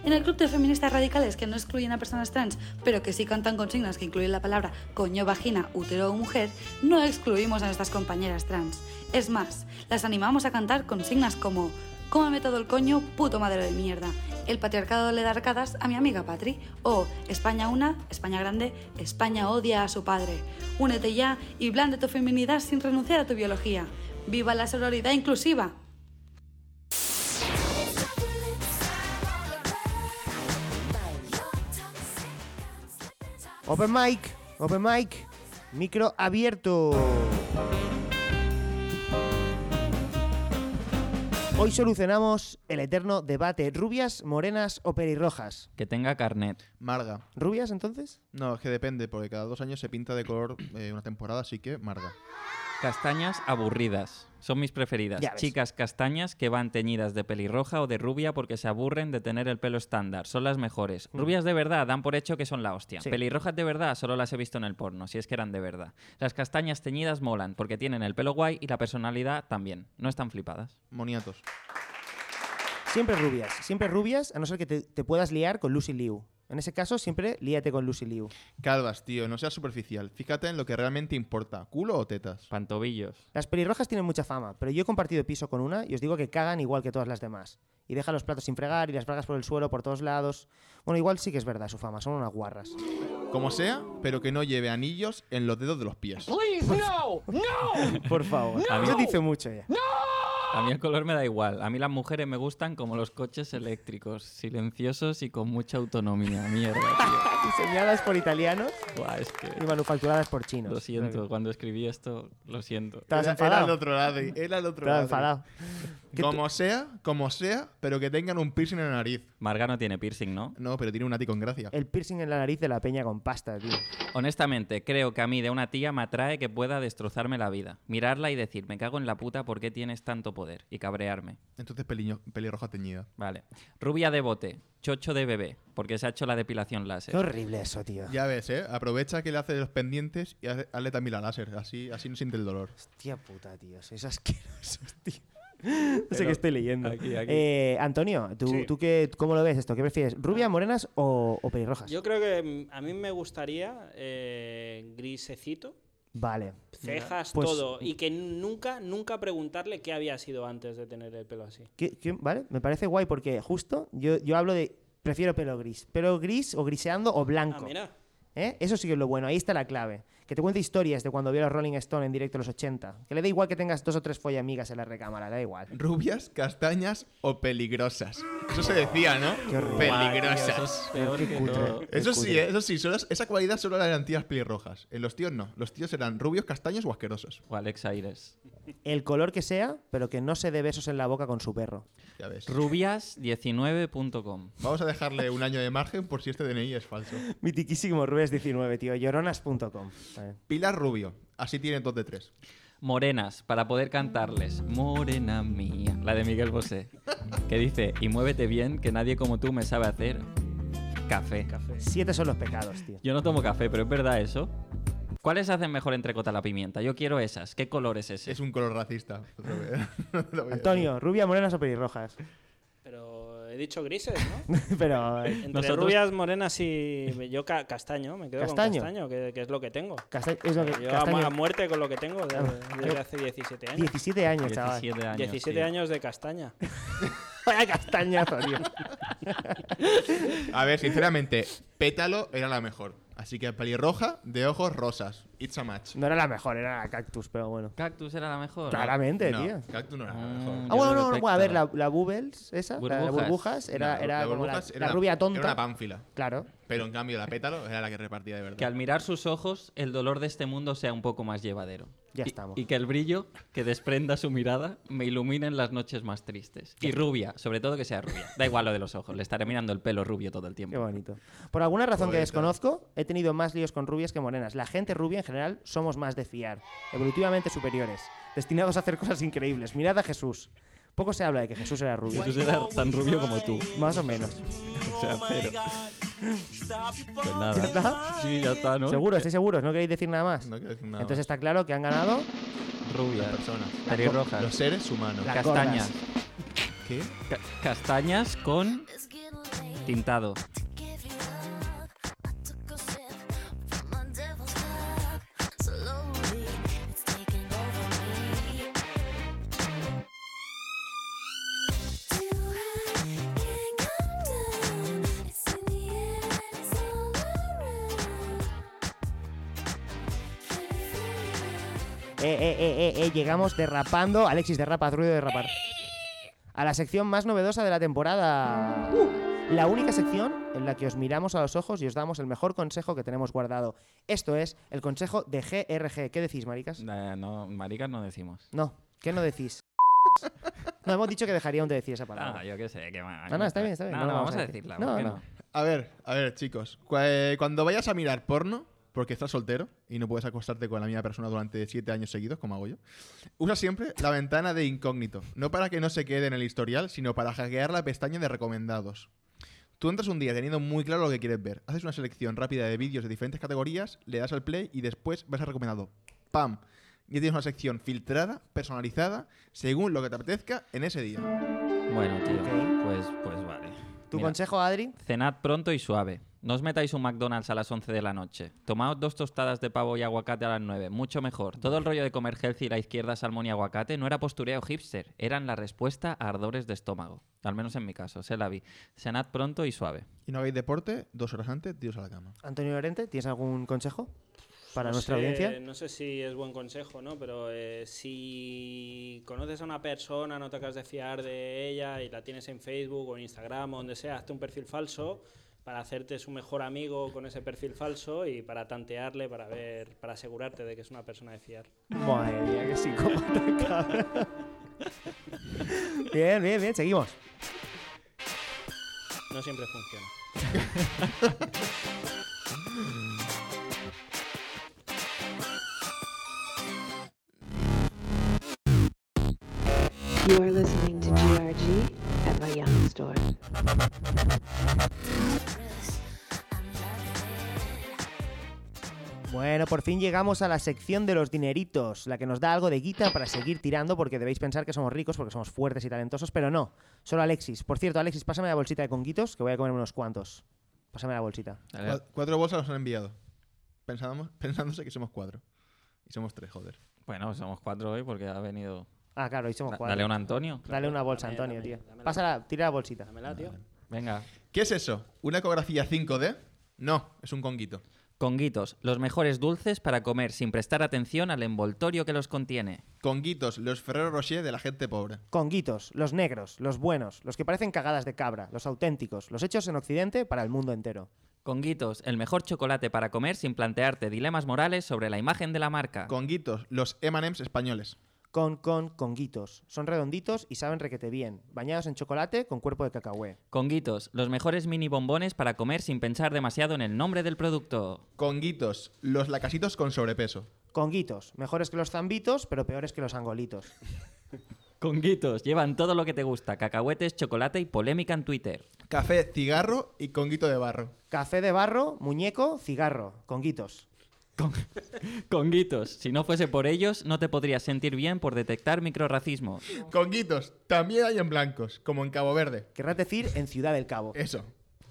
Speaker 8: En el club de feministas radicales que no excluyen a personas trans, pero que sí cantan consignas que incluyen la palabra coño, vagina, útero o mujer, no excluimos a nuestras compañeras trans. Es más, las animamos a cantar consignas como Cómeme todo el coño, puto madre de mierda. El patriarcado le da arcadas a mi amiga Patri. O España una, España grande, España odia a su padre. Únete ya y blande tu feminidad sin renunciar a tu biología. ¡Viva la sororidad inclusiva!
Speaker 1: Open mic, open mic, micro abierto. Hoy solucionamos el eterno debate. ¿Rubias, morenas o pelirrojas?
Speaker 2: Que tenga carnet.
Speaker 3: Marga.
Speaker 1: ¿Rubias entonces?
Speaker 3: No, es que depende, porque cada dos años se pinta de color eh, una temporada, así que Marga.
Speaker 2: Castañas aburridas. Son mis preferidas.
Speaker 1: Ya ves.
Speaker 2: Chicas castañas que van teñidas de pelirroja o de rubia porque se aburren de tener el pelo estándar. Son las mejores. Rubias de verdad dan por hecho que son la hostia.
Speaker 1: Mm. Sí.
Speaker 2: Pelirrojas de verdad solo las he visto en el porno, si es que eran de verdad. Las castañas teñidas molan porque tienen el pelo guay y la personalidad también. No están flipadas.
Speaker 3: Moniatos.
Speaker 1: Siempre rubias, siempre rubias, a no ser que te, te puedas liar con Lucy Liu. En ese caso, siempre líate con Lucy Liu.
Speaker 3: Calvas, tío, no seas superficial. Fíjate en lo que realmente importa, culo o tetas.
Speaker 2: Pantobillos.
Speaker 1: Las pelirrojas tienen mucha fama, pero yo he compartido piso con una y os digo que cagan igual que todas las demás. Y dejan los platos sin fregar y las bragas por el suelo, por todos lados. Bueno, igual sí que es verdad su fama, son unas guarras.
Speaker 3: Como sea, pero que no lleve anillos en los dedos de los pies.
Speaker 1: Por favor.
Speaker 2: No.
Speaker 1: Eso dice mucho ya.
Speaker 2: A mí el color me da igual. A mí las mujeres me gustan como los coches eléctricos, silenciosos y con mucha autonomía. Mierda, tío.
Speaker 1: Diseñadas por italianos
Speaker 2: Buah, es que
Speaker 1: y manufacturadas por chinos.
Speaker 2: lo siento. Cuando escribí esto, lo siento.
Speaker 1: Estabas
Speaker 3: Era- Era el
Speaker 1: enfadado.
Speaker 3: otro lado. eh, Era el otro
Speaker 1: Estabas
Speaker 3: lado.
Speaker 1: enfadado. ¿Qué
Speaker 3: Como sea, como sea, pero que tengan un piercing en la nariz.
Speaker 2: Marga no tiene piercing, ¿no?
Speaker 3: No, pero tiene un ati con gracia.
Speaker 1: El piercing en la nariz de la peña con pasta, tío.
Speaker 2: Honestamente, creo que a mí de una tía me atrae que pueda destrozarme la vida. Mirarla y decir, me cago en la puta, ¿por qué tienes tanto poder? Y cabrearme.
Speaker 3: Entonces, peliño- pelirroja teñida.
Speaker 2: Vale. Rubia de bote, chocho de bebé, porque se ha hecho la depilación
Speaker 1: Qué
Speaker 2: láser.
Speaker 1: horrible eso, tío.
Speaker 3: Ya ves, ¿eh? Aprovecha que le hace los pendientes y hace- hazle también la láser. Así, así no siente el dolor.
Speaker 1: Hostia puta, tío. Sois asquerosos, tío. No sé
Speaker 2: Pero
Speaker 1: qué estoy leyendo.
Speaker 2: aquí, aquí.
Speaker 1: Eh, Antonio, ¿tú,
Speaker 7: Sí.
Speaker 1: tú qué, cómo lo ves esto? ¿Qué prefieres? ¿Rubias, morenas o, o pelirrojas?
Speaker 7: Yo creo que mm, a mí me gustaría eh, grisecito,
Speaker 1: Vale.
Speaker 7: cejas,
Speaker 1: Pues-
Speaker 7: todo. Y que nunca, nunca preguntarle qué había sido antes de tener el pelo así.
Speaker 1: ¿Qué- qué- vale, me parece guay porque justo yo, yo hablo de. Prefiero pelo gris. Pelo gris o griseando o
Speaker 7: Ah,
Speaker 1: blanco.
Speaker 7: mira.
Speaker 1: ¿eh? Eso sí que es lo bueno. Ahí está la clave. que te cuente historias de cuando vio a los Rolling Stone en directo en los 80. Que le da igual que tengas dos o tres follamigas en la recámara, da igual.
Speaker 3: Rubias, castañas o peligrosas. Eso se decía, ¿no?
Speaker 1: Qué horrible.
Speaker 2: Guau,
Speaker 3: Peligrosas.
Speaker 2: tío, eso es peor
Speaker 1: Qué
Speaker 2: que
Speaker 1: cutre.
Speaker 2: todo.
Speaker 3: Eso
Speaker 1: Qué
Speaker 3: sí,
Speaker 1: cutre.
Speaker 3: eh, eso sí, solo- esa cualidad solo la eran tías pelirrojas. En los tíos no. Los tíos eran rubios, castaños o asquerosos.
Speaker 2: O Alex Aires.
Speaker 1: El color que sea, pero que no se dé besos en la boca con su perro.
Speaker 3: Ya ves.
Speaker 2: Rubias19.com.
Speaker 3: Vamos a dejarle un año de margen por si este DNI es falso.
Speaker 1: Mitiquísimo Rubes19, tío. Lloronas.com. Vale.
Speaker 3: Pilar Rubio. Así tiene dos de tres.
Speaker 2: Morenas, para poder cantarles. Morena mía. La de Miguel Bosé. Que dice, y muévete bien, que nadie como tú me sabe hacer café.
Speaker 1: Siete son los pecados, tío.
Speaker 2: Yo no tomo café, pero es verdad eso. ¿Cuáles hacen mejor entrecota a la pimienta? Yo quiero esas. ¿Qué color es ese?
Speaker 3: Es un color racista. Otra vez. No te lo voy a
Speaker 1: Antonio, rubia, morenas o pelirrojas.
Speaker 7: Pero he dicho grises, ¿no?
Speaker 1: pero eh,
Speaker 7: Entre
Speaker 2: Nosotros-
Speaker 7: rubias, morenas y yo ca- castaño, me quedo con
Speaker 1: Castaño.
Speaker 7: castaño, que, que es lo que tengo.
Speaker 1: casta- es lo que-
Speaker 7: Yo a mu-
Speaker 1: castaño.
Speaker 7: a muerte con lo que tengo de- desde
Speaker 1: Yo-
Speaker 7: hace 17
Speaker 3: ¿eh?
Speaker 7: años.
Speaker 1: 17 años, chaval.
Speaker 2: 17 años.
Speaker 7: 17
Speaker 2: tío.
Speaker 7: años de castaña.
Speaker 1: Vaya castañazo, tío.
Speaker 3: decir. A ver, sinceramente, pétalo era la mejor. Así que pelirroja de ojos rosas. It's a match.
Speaker 1: No era la mejor, era la cactus, pero bueno.
Speaker 2: Cactus era la mejor.
Speaker 1: Claramente,
Speaker 3: no,
Speaker 1: tío.
Speaker 3: Cactus no era la
Speaker 2: Ah,
Speaker 1: Ah,
Speaker 3: mejor.
Speaker 2: yo lo
Speaker 1: bueno, no, no,
Speaker 2: detecto.
Speaker 1: a ver, la, la Bubbles, esa, la de
Speaker 2: Burbujas.
Speaker 1: burbujas, era,
Speaker 2: No,
Speaker 1: era
Speaker 3: La
Speaker 1: como la,
Speaker 3: burbujas
Speaker 1: la
Speaker 3: era
Speaker 1: rubia tonta.
Speaker 3: Era una pánfila.
Speaker 1: Claro.
Speaker 3: Pero en cambio, la pétalo era la que repartía de verdad.
Speaker 2: Que al mirar sus ojos, el dolor de este mundo sea un poco más llevadero.
Speaker 1: Ya
Speaker 2: Y-
Speaker 1: estamos.
Speaker 2: Y que el brillo que desprenda su mirada me ilumine en las noches más tristes. Y rubia, sobre todo que sea rubia. Da igual lo de los ojos, le estaré mirando el pelo rubio todo el
Speaker 1: Qué
Speaker 2: tiempo.
Speaker 1: bonito. Por alguna razón que
Speaker 3: Poeta.
Speaker 1: desconozco, he tenido más líos con rubias que morenas. La gente rubia en general somos más de fiar, evolutivamente superiores, destinados a hacer cosas increíbles. Mirad a Jesús. Poco se habla de que Jesús era rubio.
Speaker 2: Jesús era tan rubio como tú.
Speaker 1: Más o menos.
Speaker 2: O sea, pero... Pues nada.
Speaker 1: ¿Ya está?
Speaker 2: Sí, ya está, ¿no?
Speaker 1: ¿Seguro? ¿Estáis seguros? ¿No queréis decir nada más?
Speaker 3: No quiero decir nada.
Speaker 1: Entonces está claro que han ganado
Speaker 2: Rubia.
Speaker 3: las personas.
Speaker 2: Pelirrojas.
Speaker 3: Los seres humanos.
Speaker 1: La-
Speaker 2: Castañas.
Speaker 3: ¿Qué?
Speaker 2: Ca- castañas con
Speaker 5: It's getting late.
Speaker 2: tintado.
Speaker 5: give you up. I took a sip from my devil's cup. Slowly, it's taking over me. Do I can come down? It's in the air, it's all around. Can you feel it?
Speaker 1: Eh, eh, eh, eh, eh, llegamos derrapando. Alexis, derrapa, haz ruido de derrapar. A la sección más novedosa de la temporada. Uh, La única sección en la que os miramos a los ojos y os damos el mejor consejo que tenemos guardado. Esto es el consejo de GRG. ¿Qué decís, maricas?
Speaker 2: Eh, no, maricas no decimos.
Speaker 1: No, ¿qué no decís? No, hemos dicho que dejaríamos de decir esa
Speaker 2: Ah,
Speaker 1: palabra.
Speaker 2: yo qué sé, qué mal.
Speaker 1: No, no, está bien, está bien.
Speaker 2: No,
Speaker 1: No
Speaker 2: no,
Speaker 1: lo
Speaker 2: vamos a decirla.
Speaker 1: No,
Speaker 2: ¿por qué
Speaker 1: no.
Speaker 2: no?
Speaker 3: A ver, a ver, chicos. Cu- eh, Cuando vayas a mirar porno, porque estás soltero y no puedes acostarte con la misma persona durante siete años seguidos, como hago yo, usa siempre la ventana de incógnito. No para que no se quede en el historial, sino para hackear la pestaña de recomendados. Tú entras un día teniendo muy claro lo que quieres ver. Haces una selección rápida de vídeos de diferentes categorías, le das al play y después vas a recomendado. ¡Pam! Y tienes una sección filtrada, personalizada, según lo que te apetezca en ese día.
Speaker 2: Bueno, tío,
Speaker 1: Ok.
Speaker 2: pues, pues vale.
Speaker 1: ¿Tu
Speaker 2: Mira,
Speaker 1: consejo, Adri?
Speaker 2: Cenad pronto y suave. No os metáis un McDonald's a las 11 de la noche. Tomaos dos tostadas de pavo y aguacate a las 9, mucho mejor. Todo el rollo de comer healthy y la izquierda salmón y aguacate no era postureo hipster, eran la respuesta a ardores de estómago. Al menos en mi caso, se la vi. Cenad pronto y suave.
Speaker 3: Y no hagáis deporte, dos horas antes, tiros a la cama.
Speaker 1: Antonio Lorente, ¿tienes algún consejo para
Speaker 7: No
Speaker 1: nuestra
Speaker 7: sé-
Speaker 1: audiencia?
Speaker 7: No sé si es buen consejo, ¿no? Pero eh, si conoces a una persona, no te acabas de fiar de ella y la tienes en Facebook o en Instagram o donde sea, hazte un perfil falso para hacerte su mejor amigo con ese perfil falso y para tantearle, para ver, para asegurarte de que es una persona de fiar.
Speaker 1: Madre mía, qué psicópata, cabrón. Bien, bien, bien, seguimos.
Speaker 7: No siempre funciona.
Speaker 9: You are listening to GRG at my Young Store.
Speaker 1: Bueno, por fin llegamos a la sección de los dineritos, la que nos da algo de guita para seguir tirando, porque debéis pensar que somos ricos, porque somos fuertes y talentosos, pero no, solo Alexis. Por cierto, Alexis, pásame la bolsita de conguitos, que voy a comer unos cuantos. Pásame la bolsita.
Speaker 2: Dale.
Speaker 3: Cua- Cuatro bolsas nos han enviado. Pensábamos, pensándose que somos cuatro. Y somos tres, joder.
Speaker 2: Bueno, somos cuatro hoy porque ha venido.
Speaker 1: Ah, claro, hoy somos
Speaker 2: Da-
Speaker 1: cuatro.
Speaker 2: Dale un Antonio.
Speaker 1: Dale una bolsa,
Speaker 7: Dame,
Speaker 1: Antonio,
Speaker 7: dame,
Speaker 1: tío.
Speaker 7: dámela.
Speaker 1: Pásala, tira la bolsita.
Speaker 7: Dámela, tío.
Speaker 2: Venga.
Speaker 3: ¿Qué es eso? ¿Una ecografía 5D? No, es un conguito.
Speaker 2: Conguitos, los mejores dulces para comer sin prestar atención al envoltorio que los contiene.
Speaker 3: Conguitos, los Ferrero Rocher de la gente pobre.
Speaker 1: Conguitos, los negros, los buenos, los que parecen cagadas de cabra, los auténticos, los hechos en Occidente para el mundo entero.
Speaker 2: Conguitos, el mejor chocolate para comer sin plantearte dilemas morales sobre la imagen de la marca.
Speaker 3: Conguitos, los M&M's españoles.
Speaker 1: Con, con, conguitos. Son redonditos y saben requete bien. Bañados en chocolate con cuerpo de cacahué.
Speaker 2: Conguitos, los mejores mini bombones para comer sin pensar demasiado en el nombre del producto.
Speaker 3: Conguitos, los lacasitos con sobrepeso.
Speaker 1: Conguitos. Mejores que los zambitos, pero peores que los angolitos.
Speaker 2: Conguitos, llevan todo lo que te gusta, cacahuetes, chocolate y polémica en Twitter.
Speaker 3: Café, cigarro y conguito de barro.
Speaker 1: Café de barro, muñeco, cigarro. Conguitos.
Speaker 2: Con- Conguitos, si no fuese por ellos, no te podrías sentir bien por detectar microrracismo.
Speaker 3: Conguitos, también hay en blancos, como en Cabo Verde.
Speaker 1: Querrás decir en Ciudad del Cabo.
Speaker 3: Eso.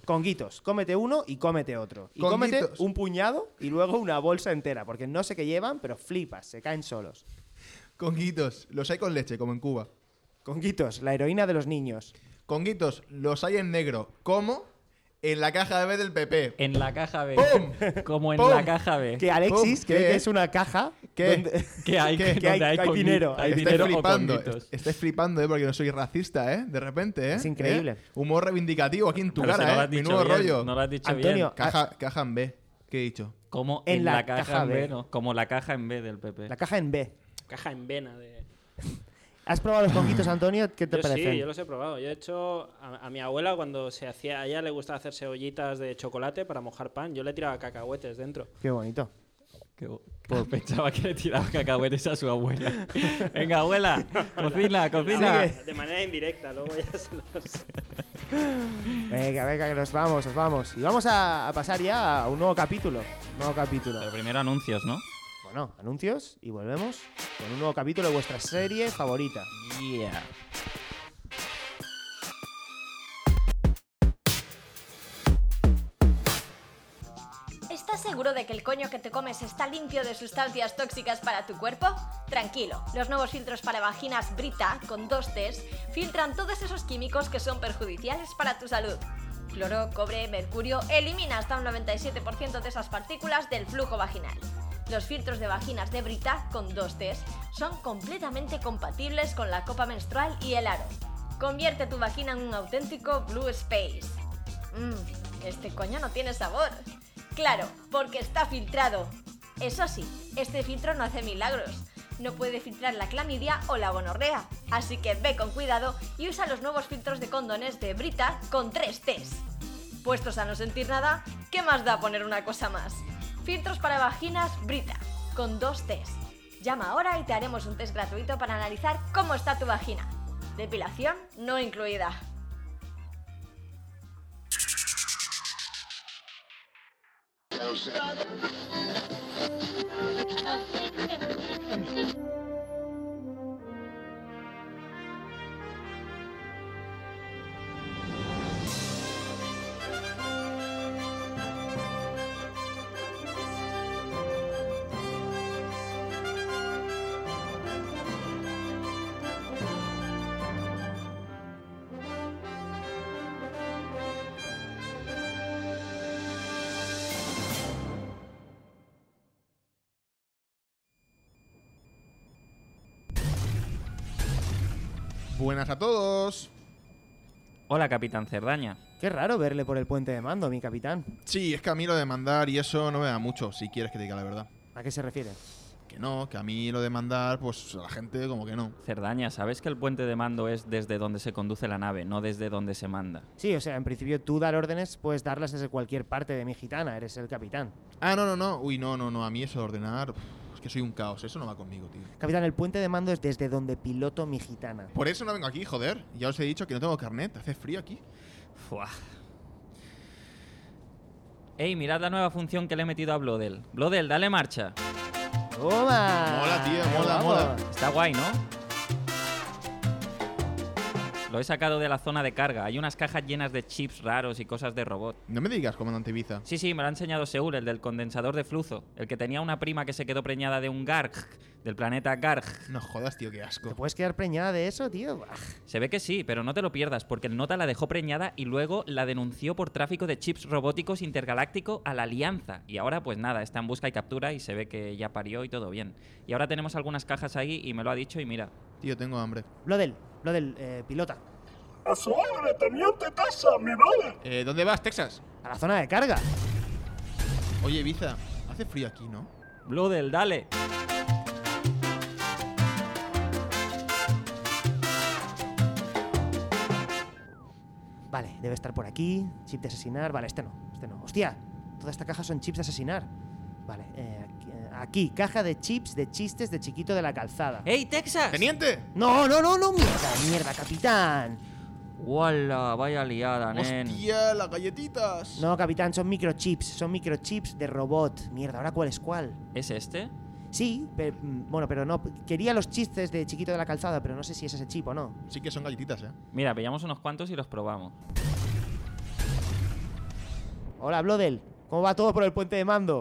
Speaker 1: Conguitos. Cómete uno y cómete otro. Y
Speaker 3: Conguitos.
Speaker 1: cómete un puñado y luego una bolsa entera, porque no sé qué llevan, pero flipas, se caen solos.
Speaker 3: Conguitos, los hay con leche, como en Cuba.
Speaker 1: Conguitos, la heroína de los niños.
Speaker 3: Conguitos, los hay en negro, como en la caja de B del PP.
Speaker 2: En la caja B.
Speaker 3: ¡Pum!
Speaker 2: Como en
Speaker 3: ¡Pum!
Speaker 2: la caja B.
Speaker 1: Que Alexis
Speaker 3: Pum,
Speaker 1: cree
Speaker 3: ¿qué?
Speaker 1: que es una caja.
Speaker 3: ¿Qué?
Speaker 1: donde-
Speaker 2: Que hay,
Speaker 3: ¿Qué?
Speaker 1: Que hay-
Speaker 2: donde
Speaker 1: que hay
Speaker 2: congui-
Speaker 1: dinero,
Speaker 2: Hay
Speaker 3: Estáis
Speaker 2: dinero o
Speaker 3: eh, flipando,
Speaker 2: conguitos.
Speaker 3: est- estáis flipando, ¿eh? Porque no soy racista, ¿eh? De repente, ¿eh?
Speaker 1: Es increíble.
Speaker 3: ¿Eh? Humor reivindicativo aquí en tu
Speaker 2: Pero si no lo
Speaker 3: cara, ¿eh?
Speaker 2: has
Speaker 3: Mi
Speaker 2: dicho
Speaker 3: nuevo
Speaker 2: bien,
Speaker 3: rollo.
Speaker 2: No lo has dicho
Speaker 1: Antonio,
Speaker 2: bien.
Speaker 3: Caja, caja en B. ¿Qué he dicho?
Speaker 2: Como en, la, caja, en B,
Speaker 1: B.
Speaker 2: no, como la caja en B del PP.
Speaker 1: La caja en B.
Speaker 7: Caja en vena de...
Speaker 1: ¿Has probado los conguitos, Antonio? ¿Qué te
Speaker 7: Yo
Speaker 1: parecen?
Speaker 7: sí, yo los he probado. Yo he hecho a, a mi abuela cuando se hacía, a ella le gustaba hacerse ollitas de chocolate para mojar pan. Yo le tiraba cacahuetes dentro.
Speaker 1: Qué bonito.
Speaker 2: Que- pues pensaba que le tiraba cacahuetes a su abuela. Venga, abuela, cocina, cocina.
Speaker 7: Ah, De manera indirecta, luego ya se los...
Speaker 1: Venga, venga, que nos vamos, nos vamos. Y vamos a, a pasar ya a un nuevo capítulo. Nuevo capítulo.
Speaker 2: Pero primero anuncios, ¿no?
Speaker 1: Bueno, anuncios y volvemos con un nuevo capítulo de vuestra serie favorita.
Speaker 2: Yeah.
Speaker 10: ¿Estás seguro de que el coño que te comes está limpio de sustancias tóxicas para tu cuerpo? Tranquilo, los nuevos filtros para vaginas Brita con dos Ts filtran todos esos químicos que son perjudiciales para tu salud. Cloro, cobre, mercurio, elimina hasta un 97% de esas partículas del flujo vaginal. Los filtros de vaginas de Brita con dos Ts son completamente compatibles con la copa menstrual y el aro. Convierte tu vagina en un auténtico blue space. Mmm, este coño no tiene sabor. Claro, porque está filtrado. Eso sí, este filtro no hace milagros. No puede filtrar la clamidia o la gonorrea. Así que ve con cuidado y usa los nuevos filtros de condones de Brita con 3 Ts. Puestos a no sentir nada, ¿qué más da poner una cosa más? Filtros para vaginas Brita con 2 Ts. Llama ahora y te haremos un test gratuito para analizar cómo está tu vagina. Depilación no incluida.
Speaker 3: Buenas a todos.
Speaker 2: Hola, Capitán Cerdaña.
Speaker 1: Qué raro verle por el puente de mando, mi capitán.
Speaker 3: Sí, es que a mí lo de mandar y eso no me da mucho, si quieres que te diga la verdad.
Speaker 1: ¿A qué se refiere?
Speaker 3: Que no, que a mí lo de mandar, pues a la gente como que no.
Speaker 2: Cerdaña, ¿sabes que el puente de mando es desde donde se conduce la nave, no desde donde se manda?
Speaker 1: Sí, o sea, en principio tú dar órdenes puedes darlas desde cualquier parte de mi gitana, eres el capitán.
Speaker 3: Ah, no, no, no. Uy, no, no, no. A mí eso de ordenar, uf, es que soy un caos. Eso no va conmigo, tío.
Speaker 1: Capitán, el puente de mando es desde donde piloto mi gitana.
Speaker 3: Por eso no vengo aquí, joder. Ya os he dicho que no tengo carnet. Hace frío aquí.
Speaker 2: Fuah. Ey, mirad la nueva función que le he metido a Blodel. Blodel, dale marcha.
Speaker 1: ¡Toma!
Speaker 3: Mola, tío,
Speaker 1: Ahí
Speaker 3: mola,
Speaker 1: vamos.
Speaker 3: mola.
Speaker 2: Está guay, ¿no? Lo he sacado de la zona de carga. Hay unas cajas llenas de chips raros y cosas de robot.
Speaker 3: No me digas, comandante Ibiza.
Speaker 2: Sí, sí, me lo ha enseñado Seúl, el del condensador de flujo. El que tenía una prima que se quedó preñada de un Garg, del planeta Garg.
Speaker 3: No jodas, tío, qué
Speaker 1: ¿Te
Speaker 3: asco.
Speaker 1: puedes quedar preñada de eso, tío? Buah.
Speaker 2: Se ve que sí, pero no te lo pierdas, porque el Nota la dejó preñada y luego la denunció por tráfico de chips robóticos intergaláctico a la Alianza. Y ahora, pues nada, está en busca y captura y se ve que ya parió y todo bien. Y ahora tenemos algunas cajas ahí y me lo ha dicho y mira.
Speaker 3: Tío, tengo hambre.
Speaker 1: Lo del, lo del eh, pilota.
Speaker 11: ¡A su orden, teniente Tasa, mi bala!
Speaker 3: Eh, ¿Dónde vas, Texas?
Speaker 1: A la zona de carga.
Speaker 3: Oye, Ibiza, hace frío aquí, ¿no?
Speaker 2: Bludel, dale.
Speaker 1: Vale, debe estar por aquí. Chip de asesinar. Vale, este no. Este no. Hostia, toda esta caja son chips de asesinar. Vale, eh, aquí, eh, aquí, caja de chips de chistes de chiquito de la calzada.
Speaker 2: ¡Ey, Texas!
Speaker 3: ¡Teniente!
Speaker 1: No, no, no, no, mierda, mierda, capitán.
Speaker 2: ¡Wala! Vaya liada, nen.
Speaker 3: ¡Hostia, las galletitas!
Speaker 1: No, capitán, son microchips, son microchips de robot. Mierda, ¿ahora cuál es cuál?
Speaker 2: ¿Es este?
Speaker 1: Sí, pe- mm, bueno, pero no. Quería los chistes de chiquito de la calzada, pero no sé si es ese chip o no.
Speaker 3: Sí que son galletitas, ¿eh?
Speaker 2: Mira, pillamos unos cuantos y los probamos.
Speaker 1: Hola, Blodel. ¿Cómo va todo por el puente de mando?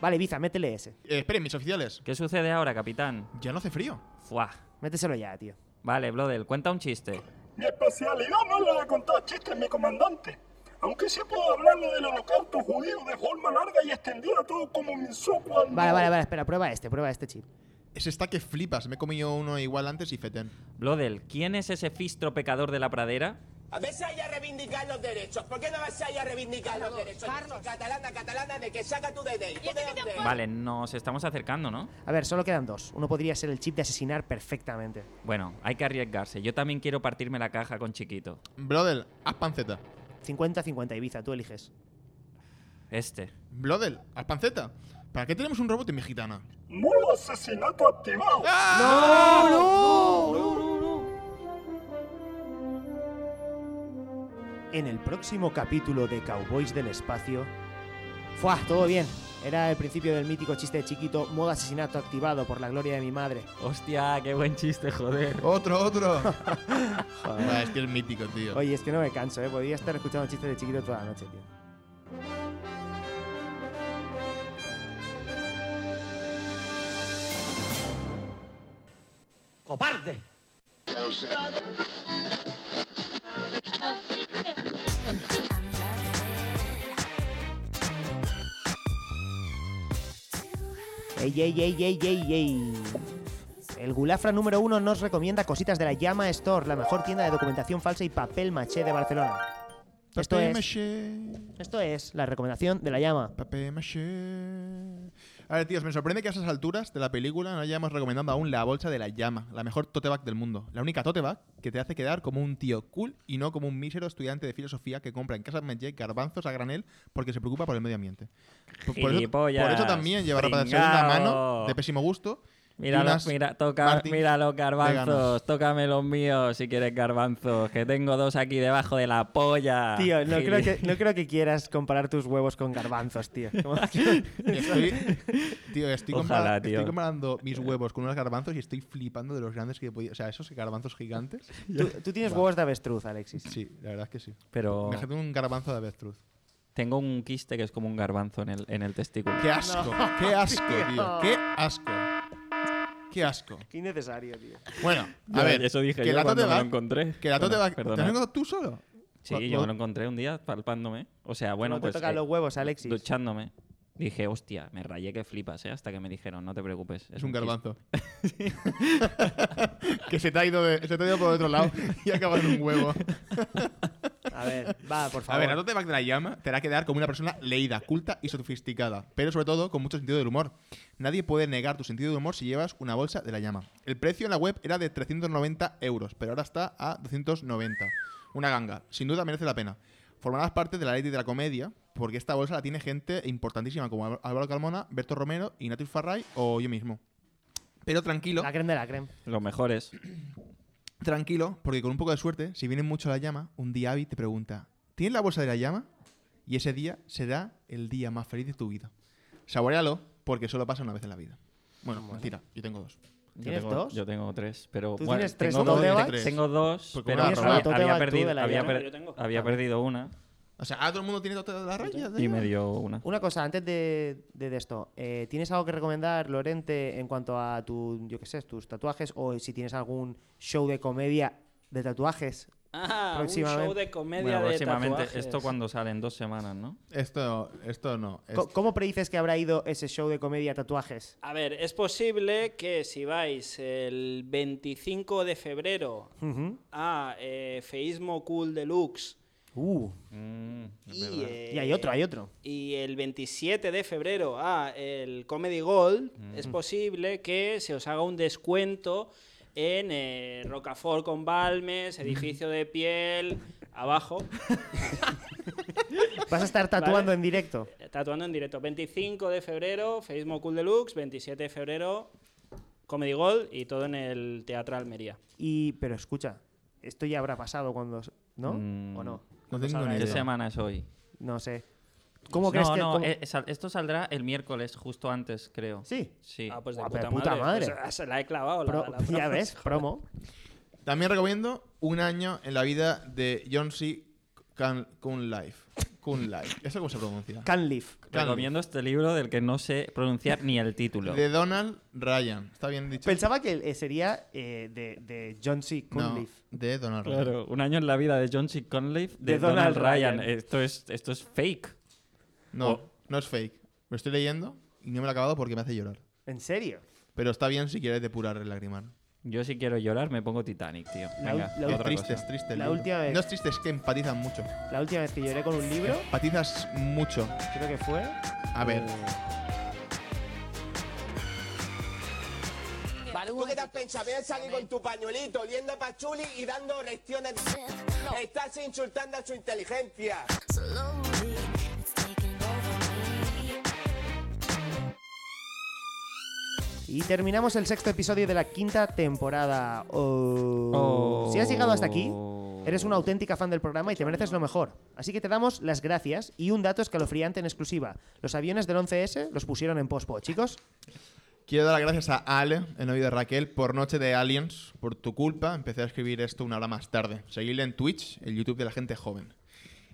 Speaker 1: Vale, Ibiza, métele ese.
Speaker 3: Eh, esperen, mis oficiales.
Speaker 2: ¿Qué sucede ahora, capitán?
Speaker 3: Ya no hace frío.
Speaker 2: Fuah.
Speaker 1: Méteselo ya, tío.
Speaker 2: Vale, Blodel, cuenta un chiste.
Speaker 11: Mi especialidad no es la de contar chistes, mi comandante. Aunque sí puedo hablarle del holocausto judío de forma larga y extendida, todo como me hizo cuando...
Speaker 1: Vale, vale, vale, espera, prueba este, prueba este chip.
Speaker 3: Ese está que flipas. Me he comido uno igual antes y fetén.
Speaker 2: Blodel, ¿quién es ese fistro pecador de la pradera?
Speaker 12: A veces hay a reivindicar los derechos. ¿Por qué no vas a ir a reivindicar los derechos? Catalana, catalana, de que saca tu DNI. ¿De dónde?
Speaker 2: Vale, nos estamos acercando, ¿no?
Speaker 1: A ver, solo quedan dos. Uno podría ser el chip de asesinar perfectamente.
Speaker 2: Bueno, hay que arriesgarse. Yo también quiero partirme la caja con chiquito.
Speaker 3: Brodel, haz panceta.
Speaker 1: 50-50, Ibiza, tú eliges.
Speaker 2: Este.
Speaker 3: Brodel, haz panceta. ¿Para qué tenemos un robot en mexicana?
Speaker 11: ¡Nuevo asesinato activado!
Speaker 1: ¡No, no! En el próximo capítulo de Cowboys del Espacio. ¡Fua! Todo bien. Era el principio del mítico chiste de chiquito, modo asesinato activado por la gloria de mi madre.
Speaker 2: Hostia, qué buen chiste, joder.
Speaker 3: Otro, otro. Joder, es que es mítico, tío.
Speaker 1: Oye, es que no me canso, ¿eh? Podría estar escuchando chistes de chiquito toda la noche, tío.
Speaker 12: ¡Cobarde!
Speaker 1: Ey, ey, ey, ey, ey, ey. El Gulafra número uno nos recomienda cositas de la Llama Store, la mejor tienda de documentación falsa y papel maché de Barcelona. Esto
Speaker 3: Papel
Speaker 1: es,
Speaker 3: maché,
Speaker 1: esto es la recomendación de la Llama.
Speaker 3: papel maché. A ver, tíos, me sorprende que a esas alturas de la película no hayamos recomendado aún la bolsa de la llama, la mejor tote bag del mundo. La única tote bag que te hace quedar como un tío cool y no como un mísero estudiante de filosofía que compra en casa Metje garbanzos a granel porque se preocupa por el medio ambiente. Por, por eso, por
Speaker 2: Gilipollas,
Speaker 3: eso también lleva reparación en una mano
Speaker 2: pringao.
Speaker 3: de pésimo gusto. y
Speaker 2: Mira, los-
Speaker 3: unas
Speaker 2: mira, toca,
Speaker 3: Martins
Speaker 2: mira los
Speaker 3: veganas.
Speaker 2: garbanzos, tócame los míos si quieres garbanzos, que tengo dos aquí debajo de la polla.
Speaker 1: Tío, no
Speaker 2: Gili-
Speaker 1: creo, que, no creo que quieras comparar tus huevos con garbanzos, tío. Como que-
Speaker 3: Estoy, tío, estoy, compara-
Speaker 2: Ojalá,
Speaker 3: estoy
Speaker 2: tío.
Speaker 3: comparando mis huevos con unos garbanzos y estoy flipando de los grandes que he podido. O sea, esos garbanzos gigantes.
Speaker 1: tú, tú tienes huevos de avestruz, Alexis.
Speaker 3: Sí, la verdad es que sí.
Speaker 2: Pero
Speaker 3: Imagínate un garbanzo de avestruz.
Speaker 2: tengo un quiste que es como un garbanzo en el, en el testículo.
Speaker 3: ¡Qué asco! ¡Qué asco, tío!
Speaker 1: tío.
Speaker 3: ¡Qué asco! ¡Qué asco!
Speaker 1: Qué innecesario, tío.
Speaker 3: Bueno, a
Speaker 2: Yo-
Speaker 3: ver.
Speaker 2: eso dije
Speaker 3: que
Speaker 2: yo
Speaker 3: la
Speaker 2: cuando
Speaker 3: tote
Speaker 2: me lo
Speaker 3: bag-
Speaker 2: encontré.
Speaker 3: Que la tote
Speaker 2: Bueno,
Speaker 3: bag- ¿Te
Speaker 2: perdona.
Speaker 3: has encontrado tú solo?
Speaker 2: Sí, yo me lo encontré un día palpándome. O sea, bueno,
Speaker 1: no
Speaker 2: pues
Speaker 1: te tocan
Speaker 2: eh,
Speaker 1: los huevos, Alexis.
Speaker 2: duchándome. Dije, hostia, me rayé que flipas, ¿eh? Hasta que me dijeron, no te preocupes.
Speaker 3: Es
Speaker 2: quiste.
Speaker 3: un garbanzo. que se te, ha ido de- se te ha ido por otro lado y ha acabado en un huevo.
Speaker 1: A ver, va, por
Speaker 3: A
Speaker 1: favor.
Speaker 3: ver, la tote bag de la llama te hará quedar como una persona leída, culta y sofisticada, pero sobre todo con mucho sentido del humor. Nadie puede negar tu sentido del humor si llevas una bolsa de la llama. El precio en la web era de 390 euros, pero ahora está a 290. Una ganga, sin duda merece la pena. Formarás parte de la ley de la comedia, porque esta bolsa la tiene gente importantísima como Al- Álvaro Calmona, Berto Romero, Ignatius Farray o yo mismo. Pero tranquilo,
Speaker 1: La creme de la creme.
Speaker 2: Los mejores.
Speaker 3: tranquilo, porque con un poco de suerte, si vienen mucho a la llama, un día Abby te pregunta, ¿tienes la bolsa de la llama? Y ese día será el día más feliz de tu vida. Saborealo, porque solo pasa una vez en la vida. Bueno, mentira, yo tengo dos.
Speaker 2: Yo
Speaker 1: ¿Tienes
Speaker 2: tengo-
Speaker 1: dos?
Speaker 2: Yo tengo tres, pero...
Speaker 1: ¿Tú
Speaker 2: bueno,
Speaker 1: tienes tres
Speaker 2: tengo
Speaker 1: totebacks?
Speaker 2: dos, Tengo dos,
Speaker 3: Porque
Speaker 2: pero
Speaker 3: Pues una
Speaker 2: había,
Speaker 3: totebacks
Speaker 2: había
Speaker 1: tú de
Speaker 2: perdido,
Speaker 1: la
Speaker 2: había,
Speaker 1: llana.
Speaker 2: per-
Speaker 1: Yo tengo.
Speaker 2: había perdido una
Speaker 3: O sea, ¿a todo el mundo tiene todas las rayas? ¿eh?
Speaker 2: y me dio una.
Speaker 1: Una cosa, antes de, de- de esto, eh, ¿tienes algo que recomendar, Lorente, en cuanto a tu, yo qué sé, tus tatuajes o si tienes algún show de comedia de tatuajes?
Speaker 7: Ah, un
Speaker 1: Próximamente.
Speaker 7: show de comedia
Speaker 2: Bueno,
Speaker 7: de
Speaker 2: próximamente,
Speaker 7: tatuajes.
Speaker 2: esto cuando sale, en dos semanas, ¿no?
Speaker 3: Esto, esto no.
Speaker 1: Co- ¿Cómo predices que habrá ido ese show de comedia tatuajes?
Speaker 7: A ver, es posible que si vais el 25 de febrero
Speaker 1: Ujú.
Speaker 7: a eh, Feísmo Cool Deluxe
Speaker 1: Uh,
Speaker 3: Mm,
Speaker 7: y, eh,
Speaker 1: y hay otro, hay otro.
Speaker 7: y el 27 de febrero a el Comedy Gold, es posible que se os haga un descuento en eh, Rocafort con Balmes, edificio de piel, abajo,
Speaker 1: ¿Vas a estar tatuando en directo?
Speaker 7: tatuando en directo. 25 de febrero, Feísmo Cool Deluxe, 27 de febrero, Comedy Gold y todo en el Teatro Almería.
Speaker 1: Y, pero escucha, esto ya habrá pasado cuando, ¿no?
Speaker 2: Mm.
Speaker 1: ¿O no?
Speaker 3: No
Speaker 1: Cuando
Speaker 3: tengo
Speaker 1: salga
Speaker 3: ni
Speaker 2: ¿Qué
Speaker 1: esto.
Speaker 3: idea.
Speaker 2: semana es hoy?
Speaker 1: No sé. ¿Cómo
Speaker 2: no,
Speaker 1: crees que...?
Speaker 2: no,
Speaker 1: cómo-
Speaker 2: eh, sal- esto saldrá el miércoles, justo antes, creo.
Speaker 1: Sí.
Speaker 2: Sí.
Speaker 7: Ah, pues de
Speaker 1: Guau, pero
Speaker 7: puta,
Speaker 1: puta
Speaker 7: madre.
Speaker 1: madre.
Speaker 7: Pues, ah, se la he clavado. la-
Speaker 1: Pro-
Speaker 7: la
Speaker 1: ya
Speaker 7: broma.
Speaker 1: ves, promo.
Speaker 3: También recomiendo un año en la vida de John C. Kun Kun Life. Kun Life. ¿Eso cómo se pronuncia?
Speaker 1: Can live.
Speaker 2: Recomiendo este libro del que no sé pronunciar ni el título.
Speaker 3: De Donald Ryan. ¿Está bien dicho?
Speaker 1: Pensaba que eh, sería eh, de, de John C.
Speaker 3: No,
Speaker 1: Cunliffe.
Speaker 3: de Donald Ryan.
Speaker 2: Claro, un año en la vida de John C. Conliffe de,
Speaker 1: De
Speaker 2: Donald,
Speaker 1: Donald
Speaker 2: Ryan.
Speaker 1: Ryan.
Speaker 2: Esto es esto es fake.
Speaker 3: No,
Speaker 2: O-
Speaker 3: no es fake. Lo estoy leyendo y no me lo he acabado porque me hace llorar.
Speaker 1: ¿En serio?
Speaker 3: Pero está bien si quieres depurar el lagrimar.
Speaker 2: Yo si quiero llorar me pongo Titanic, tío.
Speaker 1: La
Speaker 2: Venga,
Speaker 1: ul- la
Speaker 3: es
Speaker 2: otra
Speaker 3: triste,
Speaker 2: cosa.
Speaker 3: es triste. el
Speaker 1: La
Speaker 3: libro.
Speaker 1: última vez.
Speaker 3: No es triste, es que empatizan mucho.
Speaker 1: La última vez que lloré con un libro,
Speaker 3: Empatizas mucho.
Speaker 1: creo que fue. eh,
Speaker 3: A ver.
Speaker 1: Mm.
Speaker 12: ¿Tú qué te has pensado? Voy a salir con tu pañuelito, oliendo a pachuli y dando lecciones. Estás insultando a su inteligencia.
Speaker 5: Slowly, it's taking over me.
Speaker 1: Y terminamos el sexto episodio de la quinta temporada. Oh.
Speaker 2: Oh.
Speaker 1: Si has llegado hasta aquí, eres una auténtica fan del programa y te mereces lo mejor. Así que te damos las gracias y un dato escalofriante en exclusiva. Los aviones del 11S los pusieron en pospo, chicos.
Speaker 3: Quiero dar las gracias a Ale, el novio de Raquel, por Noche de Aliens. Por tu culpa empecé a escribir esto una hora más tarde. Seguirle en Twitch, el YouTube de la gente joven.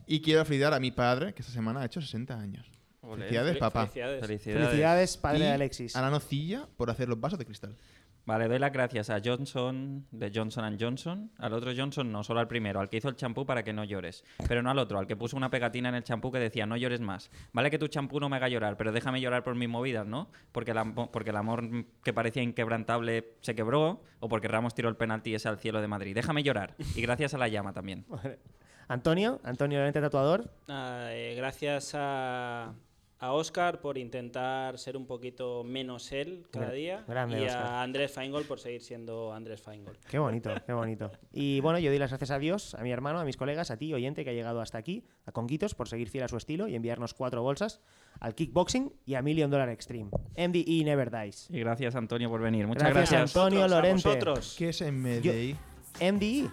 Speaker 3: Y quiero felicitar a mi padre, que esta semana ha hecho 60 años. Felicidades,
Speaker 7: Fel-
Speaker 3: papá.
Speaker 7: felicidades.
Speaker 2: Felicidades.
Speaker 1: Felicidades, padre
Speaker 3: Y
Speaker 1: de Alexis.
Speaker 3: A la nocilla por hacer los vasos de cristal.
Speaker 2: Vale, doy las gracias a Johnson, de Johnson and Johnson. Al otro Johnson no, solo al primero, al que hizo el champú para que no llores. Pero no al otro, al que puso una pegatina en el champú que decía no llores más. Vale que tu champú no me haga llorar, pero déjame llorar por mis movidas, ¿no? Porque el, amo- porque el amor que parecía inquebrantable se quebró, o porque Ramos tiró el penalti ese al cielo de Madrid. Déjame llorar. Y gracias a la llama también.
Speaker 1: Antonio, Antonio Lorente Tatuador.
Speaker 7: Nada, eh, gracias a, a Oscar por intentar ser un poquito menos él cada
Speaker 1: Gra-
Speaker 7: día.
Speaker 1: grande,
Speaker 7: y
Speaker 1: Óscar.
Speaker 7: a Andrés Feingold por seguir siendo Andrés Feingold.
Speaker 1: Qué bonito, qué bonito. Y bueno, yo doy las gracias a Dios, a mi hermano, a mis colegas, a ti, oyente, que ha llegado hasta aquí, a Conquitos por seguir fiel a su estilo y enviarnos cuatro bolsas, al kickboxing y a Million Dollar Extreme. MDE Never Dies.
Speaker 2: Y gracias, Antonio, por venir. Muchas
Speaker 1: Gracias,
Speaker 2: gracias.
Speaker 1: Antonio
Speaker 7: Vosotros, a
Speaker 1: Lorente.
Speaker 7: vosotros.
Speaker 3: ¿Qué es MDI?
Speaker 1: MDE. E,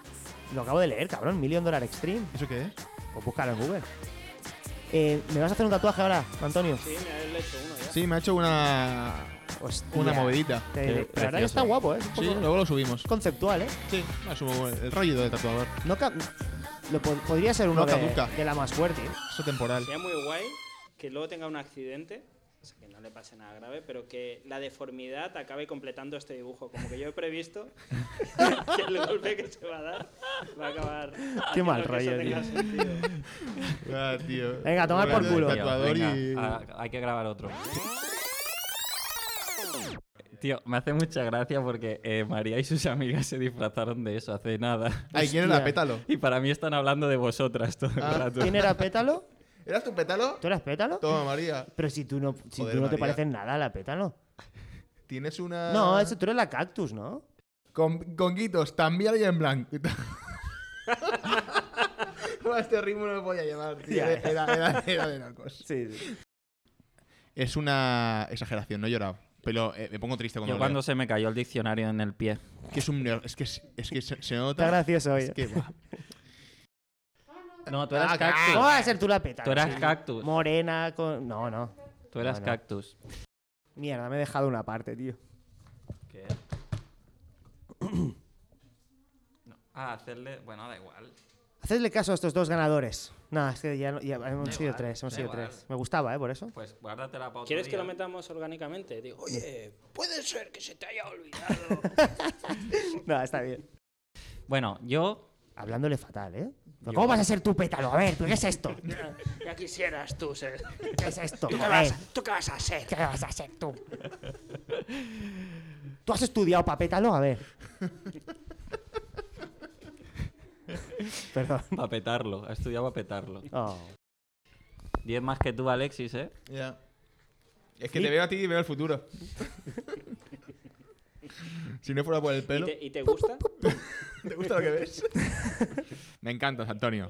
Speaker 1: Lo acabo de leer, cabrón. Million Dollar Extreme.
Speaker 3: ¿Eso qué es?
Speaker 1: Pues búscalo en Google. Eh, ¿Me vas a hacer un tatuaje ahora, Antonio?
Speaker 7: Sí, me habéis hecho uno ya.
Speaker 3: Sí, me ha hecho una.
Speaker 1: Hostia.
Speaker 3: Una movidita.
Speaker 1: Te-
Speaker 2: Qué
Speaker 1: la verdad que
Speaker 2: precioso.
Speaker 1: está guapo, ¿eh? Es un
Speaker 3: Sí,
Speaker 1: poco
Speaker 3: luego lo subimos. Ah,
Speaker 1: conceptual, ¿eh?
Speaker 3: Sí, lo subo, el rollo de tatuador.
Speaker 1: No ca- lo po- podría ser uno
Speaker 3: No
Speaker 1: de,
Speaker 3: caduca.
Speaker 1: de la más fuerte. ¿eh?
Speaker 3: Eso temporal.
Speaker 7: Sería muy guay que luego tenga un accidente, o sea, que no le pase nada grave, pero que la deformidad acabe completando este dibujo. Como que yo he previsto que el golpe que se va a dar va a acabar. haciendo
Speaker 1: mal
Speaker 7: que eso
Speaker 1: rollo,
Speaker 7: tenga
Speaker 1: tío.
Speaker 7: sentido.
Speaker 3: Ah, tío.
Speaker 1: Venga, a tomar por
Speaker 3: Rollo de
Speaker 1: culo.
Speaker 2: Tío,
Speaker 3: Tatuador
Speaker 2: venga,
Speaker 3: y.
Speaker 2: a- hay que grabar otro. Tío, me hace mucha gracia porque eh, María y sus amigas se disfrazaron de eso hace nada.
Speaker 3: Ay, ¿quién era
Speaker 1: Hostia.
Speaker 3: Pétalo?
Speaker 2: Y para mí están hablando de vosotras todo el
Speaker 3: Ah.
Speaker 2: rato.
Speaker 1: ¿Quién era Pétalo?
Speaker 3: ¿Eras tu pétalo?
Speaker 1: ¿Tú eras Pétalo?
Speaker 3: Toma, María.
Speaker 1: Pero si tú no, si
Speaker 3: Joder,
Speaker 1: tú no te
Speaker 3: María.
Speaker 1: pareces nada a la Pétalo.
Speaker 3: Tienes una.
Speaker 1: No, eso tú eres la cactus, ¿no?
Speaker 3: Con, con guitos, también hay en blanco. a este ritmo no me voy a llevar, tío.
Speaker 1: Ya,
Speaker 3: Era, era- era de locos.
Speaker 1: Sí.
Speaker 3: Es una exageración, no he llorado. Pero eh, me pongo triste cuando,
Speaker 2: Yo
Speaker 3: lo
Speaker 2: cuando
Speaker 3: leo.
Speaker 2: se me cayó el diccionario en el pie.
Speaker 3: Que es un neo- Es que, es, es que se, se
Speaker 1: Está
Speaker 3: nota.
Speaker 1: gracioso, oye.
Speaker 3: Es que va.
Speaker 2: No, tú eras
Speaker 3: Ah,
Speaker 2: cactus.
Speaker 1: ¿Cómo va a ser tú la pétalo?
Speaker 2: Tú eras
Speaker 1: Sí.
Speaker 2: cactus.
Speaker 1: Morena con. No, no.
Speaker 2: Tú eras
Speaker 1: No, no.
Speaker 2: cactus.
Speaker 1: Mierda, me he dejado una parte, tío.
Speaker 2: ¿Qué? No. Ah, hacerle. Bueno, da igual.
Speaker 1: Hacedle caso a estos dos ganadores. Nada, es que ya, no- ya hemos
Speaker 2: Da
Speaker 1: sido
Speaker 2: igual,
Speaker 1: tres, hemos
Speaker 2: da
Speaker 1: sido
Speaker 2: igual.
Speaker 1: tres. Me gustaba, ¿eh? Por eso.
Speaker 2: Pues guárdatela para otro
Speaker 7: ¿Quieres que
Speaker 2: día.
Speaker 7: lo metamos orgánicamente? Digo, oye, puede ser que se te haya olvidado.
Speaker 1: no, está bien.
Speaker 2: Bueno, yo.
Speaker 1: Hablándole fatal, ¿eh? ¿Pero
Speaker 2: Yo-
Speaker 1: ¿Cómo vas a ser tú pétalo? A ver, ¿tú qué es esto?
Speaker 7: ya quisieras tú ser.
Speaker 1: ¿Qué es esto?
Speaker 7: ¿Tú qué,
Speaker 1: A
Speaker 7: vas,
Speaker 1: ver.
Speaker 7: tú qué vas a hacer?
Speaker 1: ¿Qué vas a hacer tú? ¿Tú has estudiado para pétalo? A ver. Perdón.
Speaker 2: Para petarlo. Ha estudiado para petarlo.
Speaker 1: Oh.
Speaker 2: Diez más que tú, Alexis, ¿eh?
Speaker 3: Ya. Es que te veo a ti y veo el futuro. si no fuera por el
Speaker 7: ¿Y
Speaker 3: pelo.
Speaker 7: te, y te gusta?
Speaker 3: ¿Te gusta lo que ves? Me encantas, Antonio.